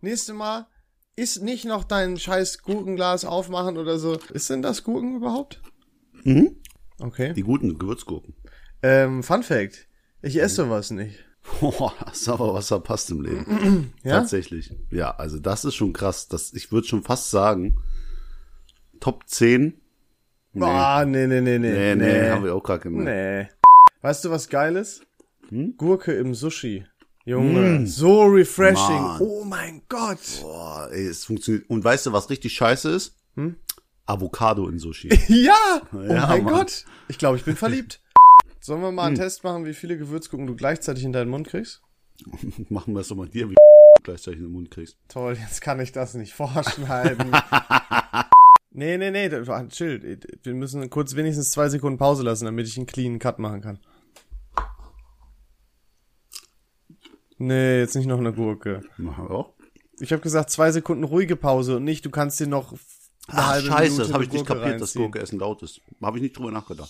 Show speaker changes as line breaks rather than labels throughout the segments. nächstes Mal ist nicht noch dein scheiß Gurkenglas aufmachen oder so. Ist denn das Gurken überhaupt?
Mhm.
Okay.
Die guten Gewürzgurken.
Ähm, Fun Fact. Ich esse sowas nicht.
Boah, hast aber was verpasst im Leben.
Ja?
Tatsächlich. Ja, also das ist schon krass. Das, ich würde schon fast sagen, Top 10. Nee,
Ah, nee, nee, nee,
nee, nee,
nee. Nee,
haben wir auch gar gemacht.
nee. Weißt du, was geil ist?
Hm?
Gurke im Sushi. Junge, so refreshing.
Mann.
Oh mein Gott.
Boah, ey, es funktioniert. Und weißt du, was richtig scheiße ist?
Hm?
Avocado in Sushi.
Ja! Oh mein
Mann. Hm.
Gott. Ich glaube, ich bin verliebt. Sollen wir mal einen Test machen, wie viele Gewürzgurken du gleichzeitig in deinen Mund kriegst?
Machen wir es doch mal dir, wie gleichzeitig in den Mund kriegst.
Toll, jetzt kann ich das nicht vorschneiden. nee, nee, nee, da- chill. Wir müssen kurz wenigstens zwei Sekunden Pause lassen, damit ich einen cleanen Cut machen kann. Nee, jetzt nicht noch eine Gurke.
Machen wir auch.
Ich habe gesagt, zwei Sekunden ruhige Pause und nicht, du kannst dir noch eine
Ah,
halbe
scheiße,
Minute
das habe ich
eine
nicht
Gurke
kapiert, dass
reinziehen.
Gurke essen laut ist. Habe ich nicht drüber nachgedacht.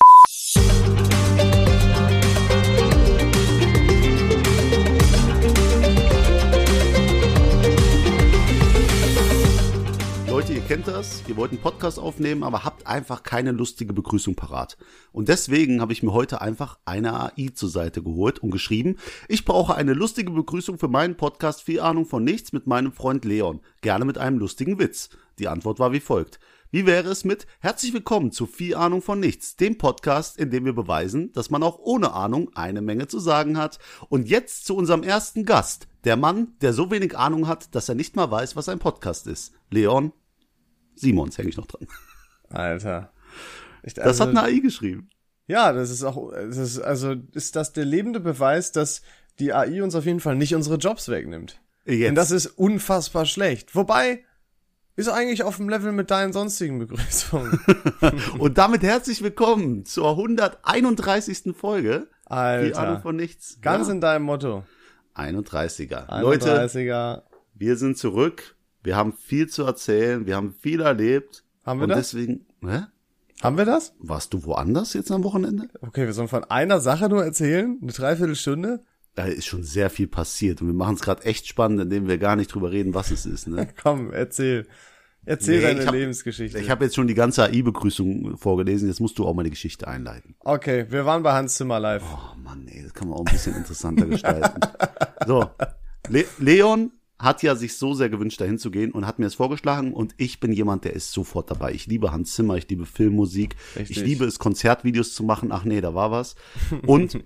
Leute, ihr kennt das, ihr wollt einen Podcast aufnehmen, aber habt einfach keine lustige Begrüßung parat. Und deswegen habe ich mir heute einfach eine AI zur Seite geholt und geschrieben, ich brauche eine lustige Begrüßung für meinen Podcast Viel Ahnung von nichts mit meinem Freund Leon, gerne mit einem lustigen Witz. Die Antwort war wie folgt. Wie wäre es mit Herzlich willkommen zu Viel Ahnung von nichts, dem Podcast, in dem wir beweisen, dass man auch ohne Ahnung eine Menge zu sagen hat. Und jetzt zu unserem ersten Gast, der Mann, der so wenig Ahnung hat, dass er nicht mal weiß, was ein Podcast ist. Leon Simons hänge ich noch dran.
Alter. Ich,
Das
also-
hat eine AI geschrieben.
Ja, das ist auch, das ist, also ist das der lebende Beweis, dass die AI uns auf jeden Fall nicht unsere Jobs wegnimmt.
Jetzt.
Und das ist unfassbar schlecht. Wobei, ist eigentlich auf dem Level mit deinen sonstigen Begrüßungen.
Und damit herzlich willkommen zur 131. Folge. Die Ahnung
Alter.
von nichts.
Ganz
ja.
in deinem Motto.
31er. Leute,
31er.
wir sind zurück. Wir haben viel zu erzählen. Wir haben viel erlebt.
Haben wir
Und
das?
deswegen, hä?
Haben wir das?
Warst du woanders jetzt am Wochenende?
Okay, wir sollen von einer Sache nur erzählen? Eine Dreiviertelstunde?
Da ist schon sehr viel passiert und wir machen es gerade echt spannend, indem wir gar nicht drüber reden, was es ist. Ne?
Komm, erzähl. Erzähl
Nee,
deine
ich hab-
Lebensgeschichte.
Ich habe jetzt schon die ganze AI-Begrüßung vorgelesen, jetzt musst du auch mal die Geschichte einleiten.
okay, wir waren bei Hans Zimmer live.
Oh Mann, ey, das kann man auch ein bisschen interessanter gestalten. So, Le Leon hat ja sich so sehr gewünscht, dahin zu gehen und hat mir es vorgeschlagen und ich bin jemand, der ist sofort dabei. Ich liebe Hans Zimmer, ich liebe Filmmusik,
Richtig.
ich liebe es, Konzertvideos zu machen. Ach nee, da war was. Und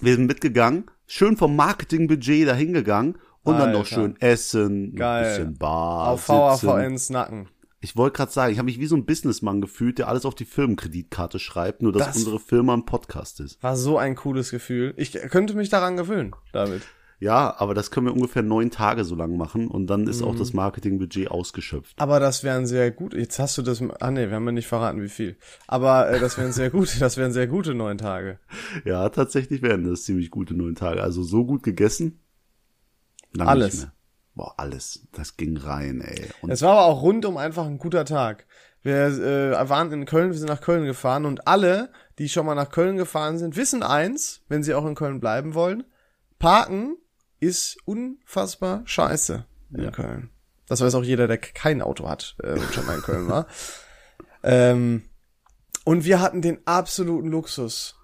wir sind mitgegangen, schön vom Marketingbudget dahin gegangen und dann noch
Alter.
schön essen, noch
Geil.
ein bisschen Bar,
auf
sitzen.
VAVNs Nacken.
Ich wollte gerade sagen, ich habe mich wie so ein Businessmann gefühlt, der alles auf die Firmenkreditkarte schreibt, nur dass
Das-
unsere Firma ein Podcast ist.
War so ein cooles Gefühl. Ich könnte mich daran gewöhnen, David.
Ja, aber das können wir ungefähr neun Tage so lang machen und dann ist auch
Mhm.
das Marketingbudget ausgeschöpft.
Aber das wären sehr gut. Jetzt hast du das. Ah nee, wir haben ja nicht verraten, wie viel. Aber äh, das wären sehr gute, das wären sehr gute neun Tage.
Ja, tatsächlich werden das ziemlich gute neun Tage. Also so gut gegessen. Lange
Alles.
nicht mehr. Boah, alles. Das ging rein, ey. Und
Es war aber auch rundum einfach ein guter Tag. Wir äh, waren in Köln, wir sind nach Köln gefahren und alle, die schon mal nach Köln gefahren sind, wissen eins, wenn sie auch in Köln bleiben wollen. Parken ist unfassbar scheiße in Köln. Das weiß auch jeder, der kein Auto hat äh, und schon mal in Köln war. Ähm, und wir hatten den absoluten Luxus.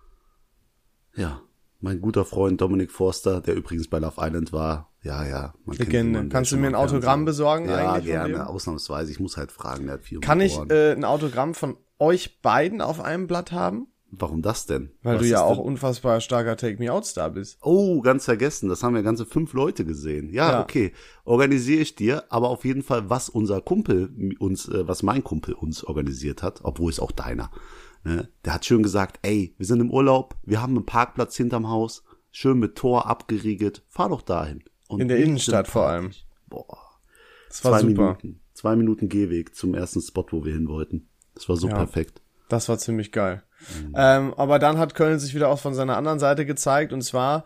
ja, mein guter Freund Dominik Forster, der übrigens bei Love Island war. Ja, ja. Man kennt
Legende.
jemanden, der
Kannst du
schon
mir
mal
ein Autogramm
Fernsehen-
besorgen
Ja,
eigentlich von dem?
gerne. Ausnahmsweise. Ich muss halt fragen, der hat viel um
Kann
die
ich
Ohren.
äh, ein Autogramm von euch beiden auf einem Blatt haben?
Warum das denn?
Weil
Was
du ja
ist
auch
denn-
unfassbar starker Take-Me-Out-Star bist.
Oh, ganz vergessen, das haben ja ganze fünf Leute gesehen. Ja,
Ja.
okay, organisiere ich dir, aber auf jeden Fall, was unser Kumpel m- uns, äh, was mein Kumpel uns organisiert hat, obwohl es auch deiner, ne? der hat schön gesagt, ey, wir sind im Urlaub, wir haben einen Parkplatz hinterm Haus, schön mit Tor abgeriegelt, fahr doch dahin. Und
In der Innenstadt vor allem.
Boah,
Das war
zwei
super.
Minuten, zwei Minuten Gehweg zum ersten Spot, wo wir hin wollten. Das war so perfekt.
Das war ziemlich geil. Ähm, aber dann hat Köln sich wieder auch von seiner anderen Seite gezeigt und zwar,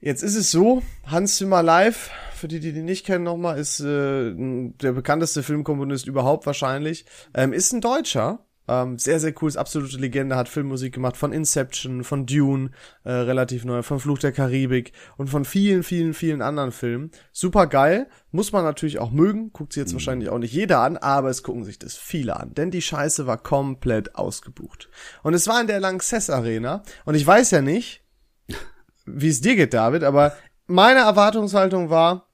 jetzt ist es so, Hans Zimmer Live, für die, die den nicht kennen nochmal, ist äh, der bekannteste Filmkomponist überhaupt wahrscheinlich, ähm, ist ein Deutscher Ähm, sehr, sehr cool, ist absolute Legende, hat Filmmusik gemacht von Inception, von Dune, äh, relativ neu, von Fluch der Karibik und von vielen, vielen, vielen anderen Filmen. Super geil, muss man natürlich auch mögen, guckt sich jetzt wahrscheinlich auch nicht jeder an, aber es gucken sich das viele an, denn die Scheiße war komplett ausgebucht. Und es war in der Lanxess Arena und ich weiß ja nicht, wie es dir geht, David, aber meine Erwartungshaltung war,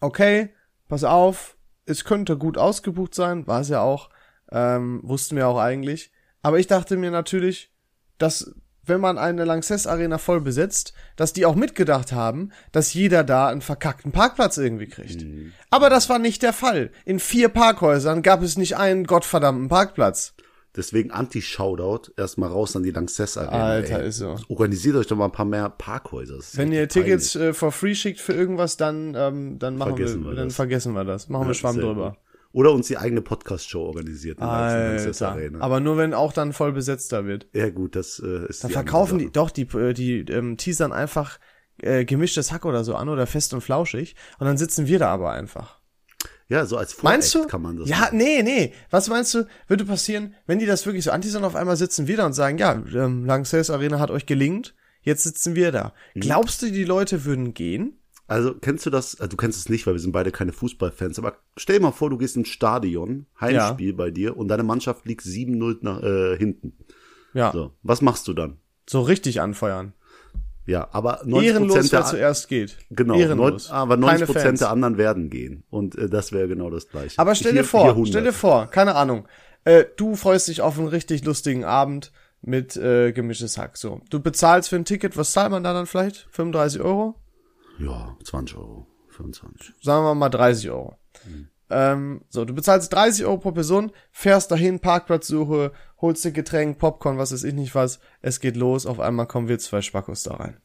okay, pass auf, es könnte gut ausgebucht sein, war es ja auch, ähm, wussten wir auch eigentlich. Aber ich dachte mir natürlich, dass wenn man eine Lanxess Arena voll besetzt, dass die auch mitgedacht haben, dass jeder da einen verkackten Parkplatz irgendwie kriegt. Aber das war nicht der Fall. In vier Parkhäusern gab es nicht einen gottverdammten Parkplatz.
Deswegen Anti-Shoutout erstmal raus an die Lanxess Arena.
Alter,
ey.
ist so.
Organisiert euch doch mal ein paar mehr Parkhäuser. Das ist
Wenn
echt
ihr Tickets äh, for free schickt für irgendwas, dann ähm, dann machen
Vergessen
wir,
wir
dann
das.
vergessen wir das. Machen wir
peinlich.
Schwamm
Sehr
drüber.
gut. Oder uns die eigene Podcast-Show organisiert. in der Lanxess
Alter.
Arena.
Aber nur wenn auch dann voll besetzter wird.
ja gut, das äh, ist
Dann
die andere
verkaufen die
Sache.
doch die äh, die ähm, teasern einfach äh, gemischtes Hack oder so an oder fest und flauschig und dann sitzen wir da aber einfach.
Ja, so als Voreact
Meinst du?
kann man das
ja,
machen.
nee, nee. Was meinst du, würde passieren, wenn die das wirklich so anteasern, auf einmal sitzen wir da und sagen, ja, ähm, Lanxess Arena hat euch gelingt, jetzt sitzen wir da.
Mhm.
Glaubst du, die Leute würden gehen?
Also kennst du das, also du kennst es nicht, weil wir sind beide keine Fußballfans, aber stell dir mal vor, du gehst ins Stadion, Heimspiel bei dir und deine Mannschaft liegt 7-0 nach äh, hinten.
Ja, so,
So, was machst du dann?
richtig anfeuern.
Ja, aber 90
Ehrenlos,
Prozent
wer
der,
zuerst geht.
genau,
Ehrenlos.
neun- aber
Keine
90 Prozent
Fans.
der anderen werden gehen und äh, das wäre genau das gleiche.
Aber stell
Hier-
dir vor,
hier 100.
stell dir vor, keine Ahnung, äh, du freust dich auf einen richtig lustigen Abend mit äh, gemischtes Hack. So, du bezahlst für ein Ticket, was zahlt man da dann vielleicht? 35 Euro?
Ja, 20 Euro, 25.
Sagen wir mal 30 Euro.
Mhm.
Ähm, so, du bezahlst 30 Euro pro Person, fährst dahin, Parkplatzsuche, holst dir Getränk, Popcorn, was weiß ich nicht was. Es geht los, auf einmal kommen wir zwei Spackos da rein.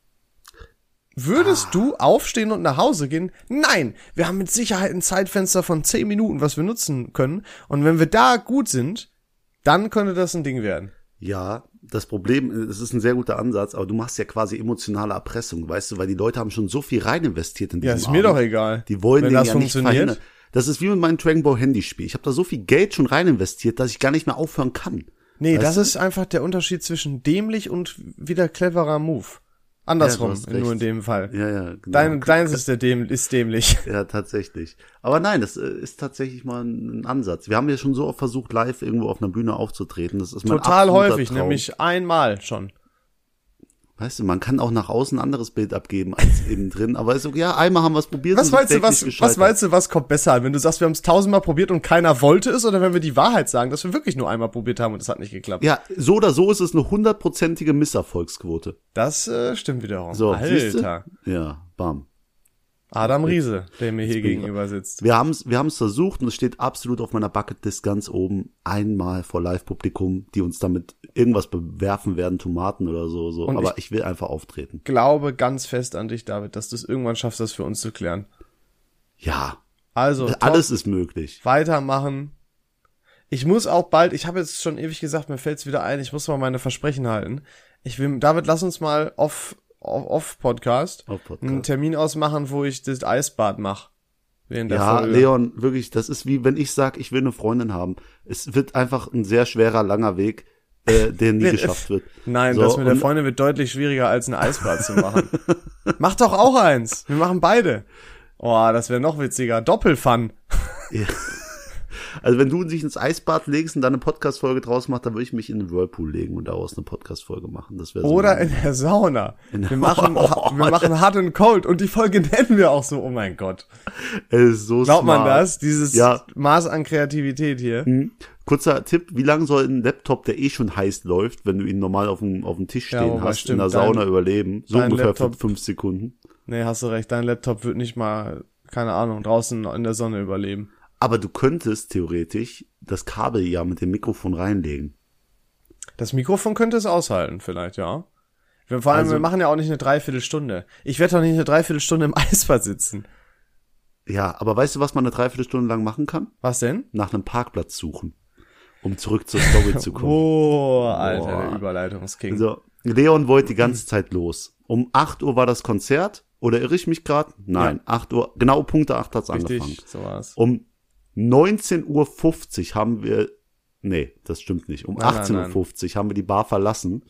Würdest
Ah.
du aufstehen und nach Hause gehen? Nein, wir haben mit Sicherheit ein Zeitfenster von 10 Minuten, was wir nutzen können. Und wenn wir da gut sind, dann könnte das ein Ding werden.
Ja, das Problem, äh, es ist ein sehr guter Ansatz, aber du machst ja quasi emotionale Erpressung, weißt du, weil die Leute haben schon so viel rein investiert in diesen
Ja, ist mir doch
Abend.
egal.
Die wollen
Wenn
den
das
ja nicht
funktioniert.
verhindern. Das ist wie mit meinem Dragon Ball Handyspiel. Ich habe da so viel Geld schon rein investiert, dass ich gar nicht mehr aufhören kann.
Nee, das
Weißt
ist einfach der Unterschied zwischen dämlich und wieder cleverer Move. Andersrum,
Ja, du hast recht.
nur in dem Fall.
Ja, ja, genau.
Dein, deins ist, der däm ist dämlich.
ja, tatsächlich. Aber nein, das äh, ist tatsächlich mal ein ein Ansatz. Wir haben ja schon so oft versucht, live irgendwo auf einer Bühne aufzutreten. Das ist mein
Total
absoluter
häufig,
Traum.
nämlich einmal schon.
Weißt du, man kann auch nach außen ein anderes Bild abgeben als innen drin. Aber ist okay, ja, einmal haben wir es probiert.
Was
und sind
meinst du,
technisch
was,
gescheitert.
was meinst du, was kommt besser an, wenn du sagst, wir haben es tausendmal probiert und keiner wollte es, oder wenn wir die Wahrheit sagen, dass wir wirklich nur einmal probiert haben und es hat nicht geklappt?
Ja, so oder so ist es eine hundertprozentige Misserfolgsquote.
Das äh, stimmt wiederum.
So,
Alter.
siehste? Ja, bam.
Adam Riese, der mir hier
bin ich-
gegenüber sitzt.
Wir haben's, wir haben's versucht und es steht absolut auf meiner Bucketlist ganz oben. Einmal vor Live-Publikum, die uns damit irgendwas bewerfen werden, Tomaten oder so, so.
Und
Aber ich, will einfach auftreten.
Glaube ganz fest an dich, David, dass du es irgendwann schaffst, das für uns zu klären.
Ja,
Also, top,
Äh, alles ist möglich.
weitermachen. Ich muss auch bald, ich habe jetzt schon ewig gesagt, mir fällt's wieder ein, ich muss mal meine Versprechen halten. Ich will, David, lass uns mal off, off, off Podcast,
Auf Podcast.
einen Termin ausmachen, wo ich das Eisbad mache. Während der
Ja,
Folge.
Leon, wirklich, das ist wie wenn ich sag, ich will eine Freundin haben. Es wird einfach ein sehr schwerer, langer Weg, äh, der nie geschafft wird.
Nein,
So,
das mit der
und-
Freundin wird deutlich schwieriger, als ein Eisbad zu machen. Mach doch auch eins. Wir machen beide. Oh, das wäre noch witziger. Doppelfun.
Also wenn du dich ins Eisbad legst und dann eine Podcast-Folge draus machst, dann würde ich mich in den Whirlpool legen und daraus eine Podcast-Folge machen. Das wäre so
Oder
mein-
in der Sauna. Wir machen, wir machen Hot and Cold und die Folge nennen wir auch so. Oh mein Gott.
Ey, ist Äh, so
Glaubt man
smart.
das? Dieses
Ja. Mhm.
Maß an Kreativität hier.
Kurzer Tipp, wie lange soll ein Laptop, der eh schon heiß läuft, wenn du ihn normal auf dem, auf dem Tisch
Ja,
stehen
wobei,
hast, in
stimmt,
der Sauna
dein-
überleben? So
dein
ungefähr
Laptop-
fünf, fünf Sekunden.
Nee, hast du recht. Dein Laptop wird nicht mal, keine Ahnung, draußen in der Sonne überleben.
Aber du könntest theoretisch das Kabel ja mit dem Mikrofon reinlegen.
Das Mikrofon könnte es aushalten, vielleicht, ja. Wir, vor allem,
Also-
wir machen ja auch nicht eine Dreiviertelstunde. Ich werde doch nicht eine Dreiviertelstunde im Eisbad sitzen.
Ja, aber weißt du, was man eine Dreiviertelstunde lang machen kann?
Was denn?
Nach einem Parkplatz suchen, um zurück zur Story zu kommen.
Oh, Alter,
Boah.
der Überleitungsking.
Also, Leon wollte die ganze Zeit los. Um 8 Uhr war das Konzert. Oder irre ich mich gerade? Nein, 8 Uhr, genau Punkte 8 hat's angefangen.
Richtig, so war's.
Um 19.50 Uhr haben wir Nee, das stimmt nicht. Um
Nein, nein,
18.50 Uhr haben wir die Bar verlassen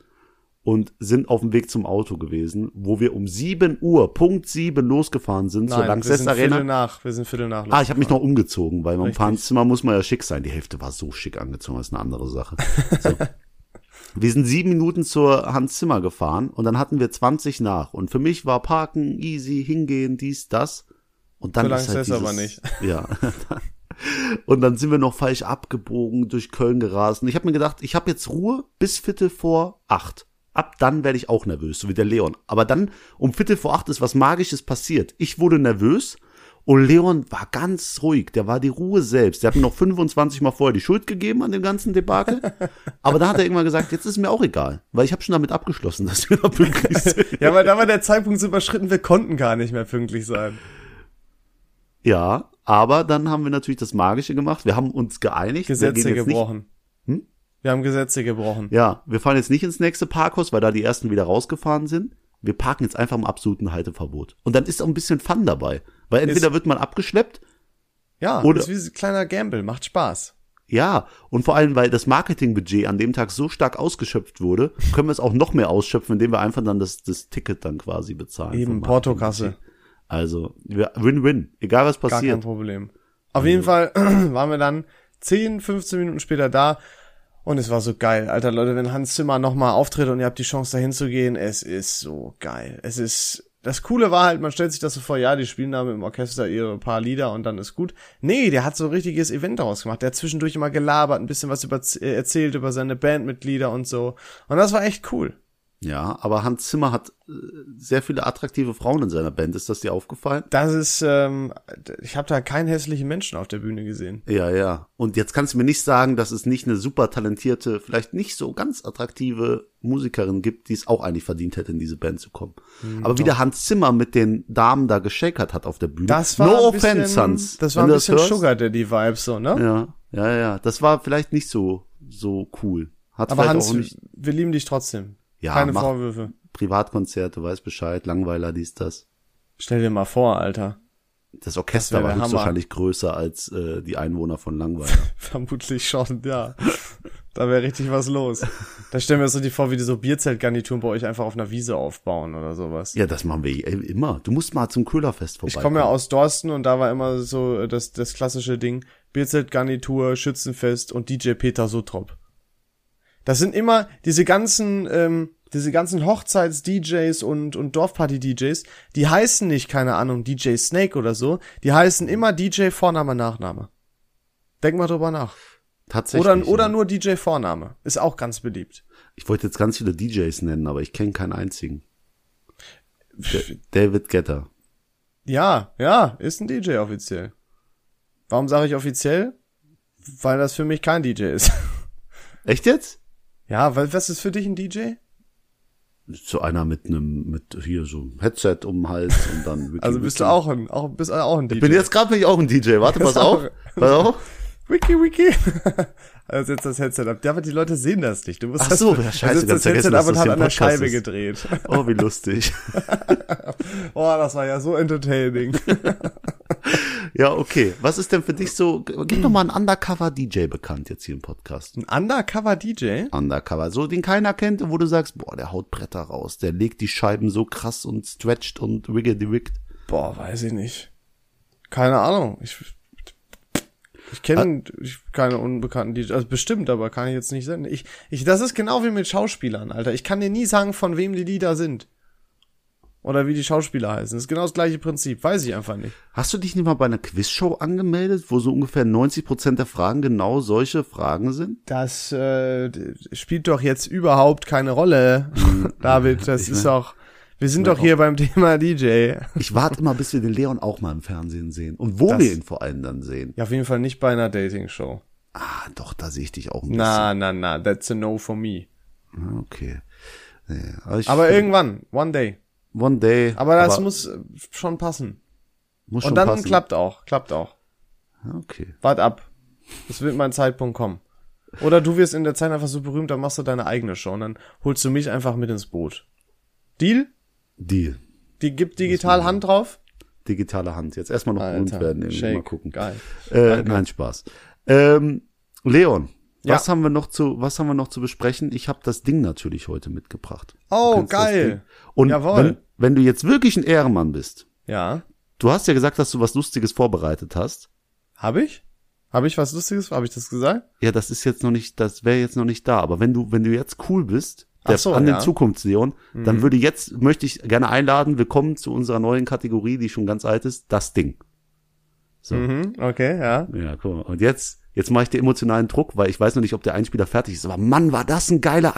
und sind auf dem Weg zum Auto gewesen, wo wir um 7 Uhr, Punkt 7 losgefahren sind zur
wir
Lanxess
sind Viertel
Arena.
nach. Wir sind Viertel nach.
Ah, ich habe mich noch umgezogen, weil beim
Richtig.
Fahrenzimmer muss man ja schick sein. Die Hälfte war so schick angezogen, das ist eine andere Sache. So. wir sind sieben Minuten zur Hans Zimmer gefahren und dann hatten wir 20 nach. Und für mich war Parken, easy, hingehen, dies, das. Und dann
Für
ist halt
Lanxess
dieses,
aber nicht.
Ja. Und dann sind wir noch falsch abgebogen, durch Köln gerast. Und ich habe mir gedacht, ich habe jetzt Ruhe bis Viertel vor acht. Ab dann werde ich auch nervös, so wie der Leon. Aber dann um Viertel vor acht ist was Magisches passiert. Ich wurde nervös und Leon war ganz ruhig. Der war die Ruhe selbst. Der hat mir noch 25 Mal vorher die Schuld gegeben an dem ganzen Debakel. Aber dann hat er irgendwann gesagt, jetzt ist mir auch egal, weil ich habe schon damit abgeschlossen, dass wir da pünktlich sind.
ja, weil da war der Zeitpunkt so überschritten, wir konnten gar nicht mehr pünktlich sein.
Ja, aber dann haben wir natürlich das Magische gemacht. Wir haben uns geeinigt. wir
Gesetze
gehen jetzt nicht Hm?
gebrochen. Wir haben Gesetze gebrochen.
Ja, wir fahren jetzt nicht ins nächste Parkhaus, weil da die ersten wieder rausgefahren sind. Wir parken jetzt einfach im absoluten Halteverbot. Und dann ist auch ein bisschen Fun dabei. Weil entweder wird man abgeschleppt,
Ja,
Oder-
ist wie ein kleiner Gamble, macht Spaß.
ja, und vor allem, weil das Marketingbudget an dem Tag so stark ausgeschöpft wurde, können wir es auch noch mehr ausschöpfen, indem wir einfach dann das, das Ticket dann quasi bezahlen.
Eben
vom
Portokasse,
Marketingbudget. Also, wir- Win-Win. Egal was
gar kein
passiert.
Problem. Auf jeden Fall waren wir dann 10, 15 Minuten später da und es war so geil. Alter Leute, wenn Hans Zimmer nochmal auftritt und ihr habt die Chance dahin zu gehen, es ist so geil. Es ist, das Coole war halt, man stellt sich das so vor, ja, die spielen da mit dem Orchester ihre paar Lieder und dann ist gut. Nee, der hat so ein richtiges Event daraus gemacht. Der hat zwischendurch immer gelabert, ein bisschen was über, äh, erzählt über seine Bandmitglieder und so. Und das war echt cool.
Ja, aber Hans Zimmer hat äh, sehr viele attraktive Frauen in seiner Band. Ist das dir aufgefallen?
Das ist, ähm, ich habe da keinen hässlichen Menschen auf der Bühne gesehen.
Ja, ja. Und jetzt kannst du mir nicht sagen, dass es nicht eine super talentierte, vielleicht nicht so ganz attraktive Musikerin gibt, die es auch eigentlich verdient hätte, in diese Band zu kommen.
Hm,
Aber wie der Hans Zimmer mit den Damen da geschakert hat auf der Bühne.
Das war
no
ein bisschen,
offense, Hans.
das war
wenn
ein
du
bisschen
hörst.
Sugar Daddy Vibe so, ne?
Ja, ja, ja. Das war vielleicht nicht so, so cool. Hat
Aber
vielleicht
Hans,
auch nicht
wir lieben dich trotzdem.
Ja,
Keine
mach-
Vorwürfe.
Privatkonzerte, weiß Bescheid, Langweiler, dies, das.
Stell dir mal vor, Alter.
Das Orchester
wär
war
der Hammer.
höchstwahrscheinlich größer als äh, die Einwohner von Langweiler.
Vermutlich schon, ja. da wäre richtig was los. Da stellen wir uns so die vor, wie die so Bierzeltgarnituren bei euch einfach auf einer Wiese aufbauen oder sowas.
ja, das machen wir eh immer. Du musst mal zum Köhlerfest vorbei.
Ich komme ja aus Dorsten und da war immer so äh, das, das klassische Ding, Bierzeltgarnitur, Schützenfest und DJ Peter Sotrop. Das sind immer diese ganzen, ähm, diese ganzen Hochzeits-DJs und, und Dorfparty-DJs, die heißen nicht, keine Ahnung, DJ Snake oder so, die heißen immer DJ Vorname, Nachname. Denk mal drüber nach.
Tatsächlich.
Oder, oder
ja.
nur DJ Vorname. Ist auch ganz beliebt.
Ich wollte jetzt ganz viele DJs nennen, aber ich kenne keinen einzigen. D- David Getter.
Ja, ja, ist ein DJ offiziell. Warum sage ich offiziell? Weil das für mich kein DJ ist.
Echt jetzt?
Ja, weil was ist für dich ein DJ?
So einer mit einem, mit hier so Headset um den Hals und dann. Wiki,
Also bist du
Wiki.
auch ein, auch, bist auch ein DJ.
Bin jetzt gerade bin ich auch ein DJ. Warte, pass
Ist auch-
auf. Pass auf.
Wiki, wiki. Also jetzt das Headset ab. Ja, aber die Leute sehen das nicht. Du musst
Ach
das,
so, ja, scheiße,
er setzt
ganz
das Headset
vergessen,
ab
dass
und
das
hat
hier
an der
ein Podcast
Scheibe
ist.
gedreht.
Oh, wie lustig.
Oh, das war ja so entertaining.
Ja, okay. Was ist denn für dich so? Gib doch mal einen Undercover DJ bekannt jetzt hier im Podcast.
Ein Undercover DJ?
Undercover, so den keiner kennt, und wo du sagst, boah, der haut Bretter raus, der legt die Scheiben so krass und stretched und wiggedy wickt.
Boah, weiß ich nicht. Keine Ahnung. Ich, ich kenne ich- keine unbekannten DJs. Also bestimmt, aber kann ich jetzt nicht sagen. Ich, ich, das ist genau wie mit Schauspielern, Alter. Ich kann dir nie sagen, von wem die Lieder sind. Oder wie die Schauspieler heißen. Das ist genau das gleiche Prinzip. Weiß ich einfach nicht.
Hast du dich nicht mal bei einer Quizshow angemeldet, wo so ungefähr 90% der Fragen genau solche Fragen sind?
Das äh, d- spielt doch jetzt überhaupt keine Rolle, David. Das ist doch. Wir sind doch hier beim Thema DJ.
Ich warte immer, bis wir den Leon auch mal im Fernsehen sehen. Und wo
Das-
wir ihn vor allem dann sehen.
Ja, auf jeden Fall nicht bei einer Dating-Show.
Ah, doch, da sehe ich dich auch ein
Na, na, na, that's a no for me.
bisschen. Ah, Okay. Nee, aber ich,
Aber irgendwann, one day.
one day.
Aber das muss äh, schon passen.
muss
Und
schon
dann
passen.
klappt auch, klappt auch.
Ah, Okay.
Wart ab. Es wird mein Zeitpunkt kommen. Oder du wirst in der Zeit einfach so berühmt, dann machst du deine eigene Show und dann holst du mich einfach mit ins Boot. Deal?
Deal.
Die gibt digital Hand drauf?
Digitale Hand. Jetzt erstmal noch berühmt
Alter,
werden. Irgendwie. Mal
shake.
gucken.
Geil.
Äh, nein, Spaß. Ähm, Leon,
Ja.
Was haben wir noch zu, was haben wir noch zu besprechen? Ich habe das Ding natürlich heute mitgebracht. Du
Oh,
kennst das
geil.
Ding. Und
Jawohl.
wenn, wenn du jetzt wirklich ein Ehrenmann bist,
Ja.
du hast ja gesagt, dass du was Lustiges vorbereitet hast.
Habe ich? Habe ich was Lustiges? Habe ich das gesagt?
Ja, das ist jetzt noch nicht, das wäre jetzt noch nicht da. Aber wenn du, wenn du jetzt cool bist,
Ach
der,
so,
an
ja. Mhm.
den Zukunftsleon, dann würde jetzt, möchte ich gerne einladen, willkommen zu unserer neuen Kategorie, die schon ganz alt ist, das Ding.
Mhm, okay, ja.
Ja, guck mal. Und jetzt, jetzt mache ich dir emotionalen Druck, weil ich weiß noch nicht, ob der Einspieler fertig ist. Aber Mann, war das ein geiler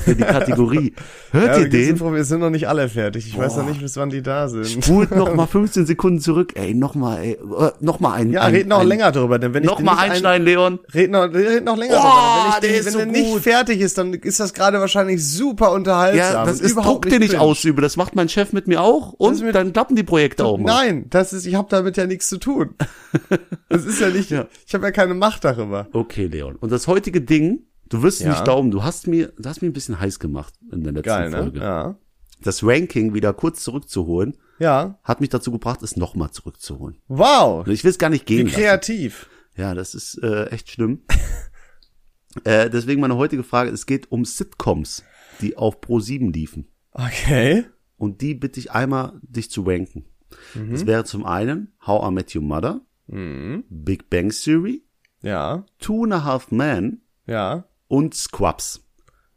für die Kategorie. Hört
ja
ihr
wir sind
den?
froh, wir sind noch nicht alle fertig. Ich weiß
Boah.
noch nicht, bis wann die da sind.
Spult noch mal 15 Sekunden zurück. Ey, noch mal, ey, äh, noch mal ein.
Ja,
ein,
red noch
ein,
länger drüber, denn wenn ich
Noch
den
mal
nicht ein-
einschneiden, Leon.
Red noch, red noch länger
Oh,
drüber. Wenn,
der
ich den,
ist
wenn
so
der nicht
gut.
fertig ist, dann ist das gerade wahrscheinlich super unterhaltsam.
Ja, das ist Druck, den
nicht
ich
cringe.
ausübe. Das macht mein Chef mit mir auch.
ist
Und
mit-
dann klappen die Projekte auch mal.
Nein, das ist, ich habe damit ja nichts zu tun. Das ist ja nicht, ich habe ja keine Macht darüber.
Okay, Leon. Und das heutige Ding, du wirst
Ja.
nicht glauben, du hast mir, du hast mir ein bisschen heiß gemacht in der letzten
Geil, ne?
Folge.
Ja.
Das Ranking wieder kurz zurückzuholen,
Ja.
hat mich dazu gebracht, es noch mal zurückzuholen.
Wow.
Ich will es gar nicht gehen. lassen.
Kreativ.
Ja, das ist äh, echt schlimm. äh, deswegen meine heutige Frage, es geht um Sitcoms, die auf Pro7 liefen.
Okay.
Und die bitte ich einmal, dich zu ranken.
Mhm.
Das wäre zum einen How I Met Your Mother, Big Bang Theory,
Ja.
Two and a Half Men
Ja.
und Scrubs.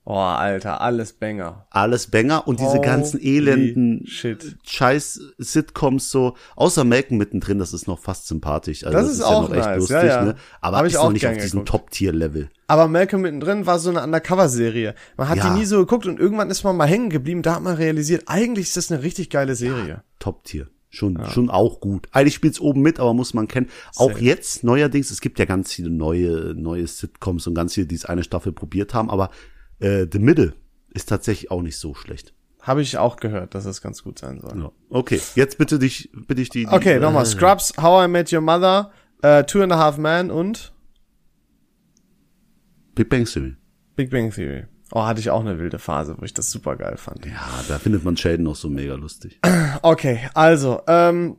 Oh, Alter, alles Banger.
Alles Banger und diese
Holy
ganzen elenden
shit.
Scheiß-Sitcoms so, außer Malcolm mittendrin, das ist noch fast sympathisch. Also
Das ist auch nice, ja, ja.
ne? Aber
Hab ich
ist
auch
noch nicht
gern
auf diesem
geguckt.
Top-Tier-Level.
Aber Malcolm mittendrin war so eine Undercover-Serie. Man hat
Ja.
die nie so geguckt und irgendwann ist man mal hängen geblieben. Da hat man realisiert, eigentlich ist das eine richtig geile Serie.
Top-Tier. Schon, schon auch gut. Eigentlich spielt's oben mit, aber muss man kennen. Auch jetzt neuerdings, es gibt ja ganz viele neue, neue Sitcoms und ganz viele, die es eine Staffel probiert haben, aber äh, The Middle ist tatsächlich auch nicht so schlecht.
Habe ich auch gehört, dass das ganz gut sein soll.
Ja. Okay, jetzt bitte dich, bitte ich die. die
Okay,
äh,
nochmal. Scrubs, How I Met Your Mother, äh, Two and a Half Men und
Big Bang Theory.
Big Bang Theory. Oh, hatte ich auch eine wilde Phase, wo ich das super geil fand.
Ja, da findet man Sheldon auch so mega lustig.
Okay, also, ähm,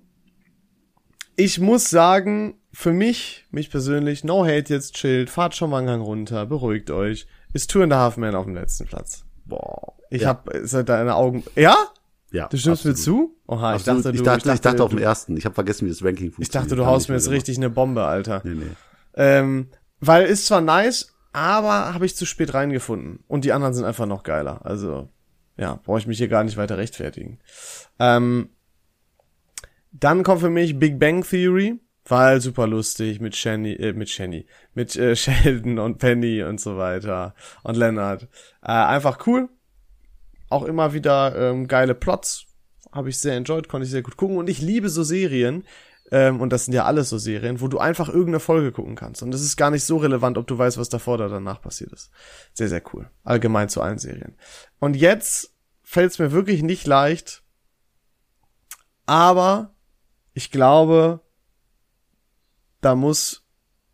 ich muss sagen, für mich, mich persönlich, no hate jetzt, chillt, fahrt schon mal einen Gang runter, beruhigt euch, ist Two and a Half Men auf dem letzten Platz.
Boah.
Ich hab, seit deine Augen, ja?
Ja.
Du stimmst mir zu? Oha, ich dachte, du,
ich dachte, ich dachte auf
du,
dem ersten. Ich habe vergessen, wie das Ranking funktioniert.
ich dachte, du
Hab
haust
ich
mir jetzt
gemacht.
richtig eine Bombe, Alter.
Nee, nee.
Ähm, weil ist zwar nice, aber habe ich zu spät reingefunden. Und die anderen sind einfach noch geiler. Also, ja, brauche ich mich hier gar nicht weiter rechtfertigen. Ähm, dann kommt für mich Big Bang Theory, weil super lustig mit Shani, äh, mit Shani, mit äh, Sheldon und Penny und so weiter und Leonard. Äh, einfach cool. Auch immer wieder ähm, geile Plots. Habe ich sehr enjoyed, konnte ich sehr gut gucken. Und ich liebe so Serien, ähm, und das sind ja alles so Serien, wo du einfach irgendeine Folge gucken kannst. Und es ist gar nicht so relevant, ob du weißt, was davor oder danach passiert ist. Sehr, sehr cool. Allgemein zu allen Serien. Und jetzt fällt es mir wirklich nicht leicht, aber ich glaube, da muss.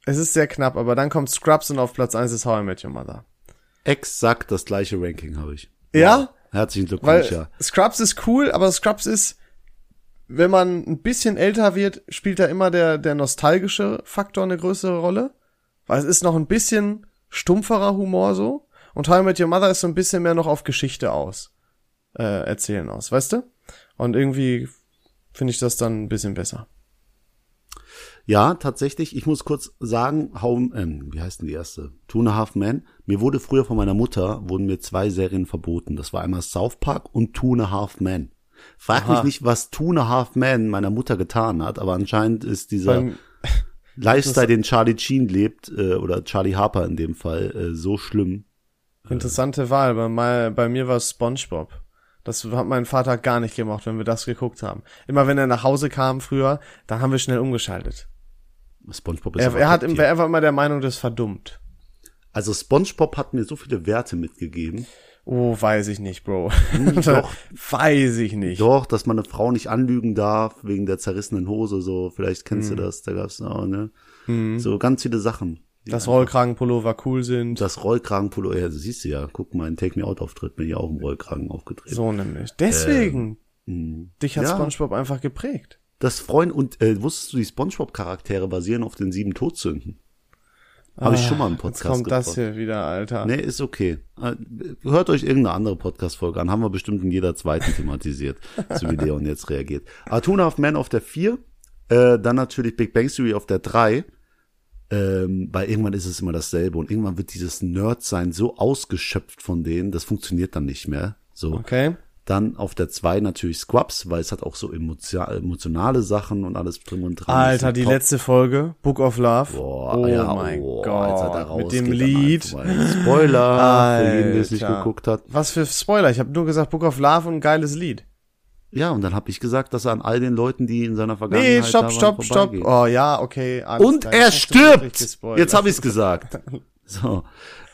Es ist sehr knapp, aber dann kommt Scrubs und auf Platz eins ist How I Met Your Mother.
Exakt das gleiche Ranking habe ich.
Ja?
Herzlichen
Weil
Glückwunsch, ja.
Scrubs ist cool, aber Scrubs ist, wenn man ein bisschen älter wird, spielt da immer der, der nostalgische Faktor eine größere Rolle. Weil es ist noch ein bisschen stumpferer Humor so. Und How I Met Your Mother ist so ein bisschen mehr noch auf Geschichte aus. Äh, erzählen aus, weißt du? Und irgendwie finde ich das dann ein bisschen besser.
Ja, tatsächlich. Ich muss kurz sagen, Home, ähm, wie heißt denn die erste? Two and a Half Men. Mir wurde früher von meiner Mutter, wurden mir zwei Serien verboten. Das war einmal South Park und Two and a Half Men. Frag mich nicht, was Two and a Half Men meiner Mutter getan hat, aber anscheinend ist dieser
Beim-
Lifestyle, den Charlie Sheen lebt, äh, oder Charlie Harper in dem Fall, äh, so schlimm.
Interessante Wahl. Bei, mei- bei mir war es SpongeBob. Das hat mein Vater gar nicht gemocht, wenn wir das geguckt haben. Immer wenn er nach Hause kam früher, dann haben wir schnell umgeschaltet.
SpongeBob ist
Er,
aber
er, hat,
top
im-
tier.
er war immer der Meinung, das ist verdummt.
Also SpongeBob hat mir so viele Werte mitgegeben.
Oh, weiß ich nicht, Bro.
Hm, doch.
weiß ich nicht.
Doch, dass man eine Frau nicht anlügen darf wegen der zerrissenen Hose, so vielleicht kennst
Hm.
du das, da gab's auch, ne? So ganz viele Sachen.
Dass Rollkragenpullover cool sind.
Das Rollkragenpullover, ja, siehst du ja, guck mal, ein Take Me Out Auftritt bin ich auch im Rollkragen aufgetreten.
So nämlich. Deswegen. dich hat
Ähm, hm. Ja.
SpongeBob einfach geprägt.
Das Freund und äh, wusstest du, die SpongeBob Charaktere basieren auf den sieben Todsünden? Habe ich schon mal im
Ah, Jetzt
Podcast
kommt das
gebracht.
hier wieder, Alter.
Nee, ist okay. Äh, Hört euch irgendeine andere Podcast-Folge an. Haben wir bestimmt in jeder zweiten thematisiert, so wie Leon jetzt reagiert. Ah, Two and a Half Men auf der 4. Äh, dann natürlich Big Bang Theory auf der 3. Ähm, weil irgendwann ist es immer dasselbe und irgendwann wird dieses Nerd-Sein so ausgeschöpft von denen, das funktioniert dann nicht mehr. So.
Okay.
Dann auf der 2 natürlich Squabs, weil es hat auch so emotio- emotionale Sachen und alles drin und dran.
Alter,
Ist
die
top.
letzte Folge, Book of Love.
Boah,
oh
ja,
mein
oh,
Gott,
Alter, da
mit dem
rausgeht dann
Lied.
einfach mal. Spoiler, für jeden, der es nicht
Alter.
geguckt hat.
Was für Spoiler, ich habe nur gesagt Book of Love und ein geiles Lied.
Ja, und dann habe ich gesagt, dass er an all den Leuten, die in seiner Vergangenheit
Nee, stopp,
halt da waren,
stopp, stopp.
vorbeigeht.
Oh ja, okay. alles
Und
klar,
er
jetzt hast du wirklich
stirbt!
gespoilert.
Jetzt habe ich's gesagt. So.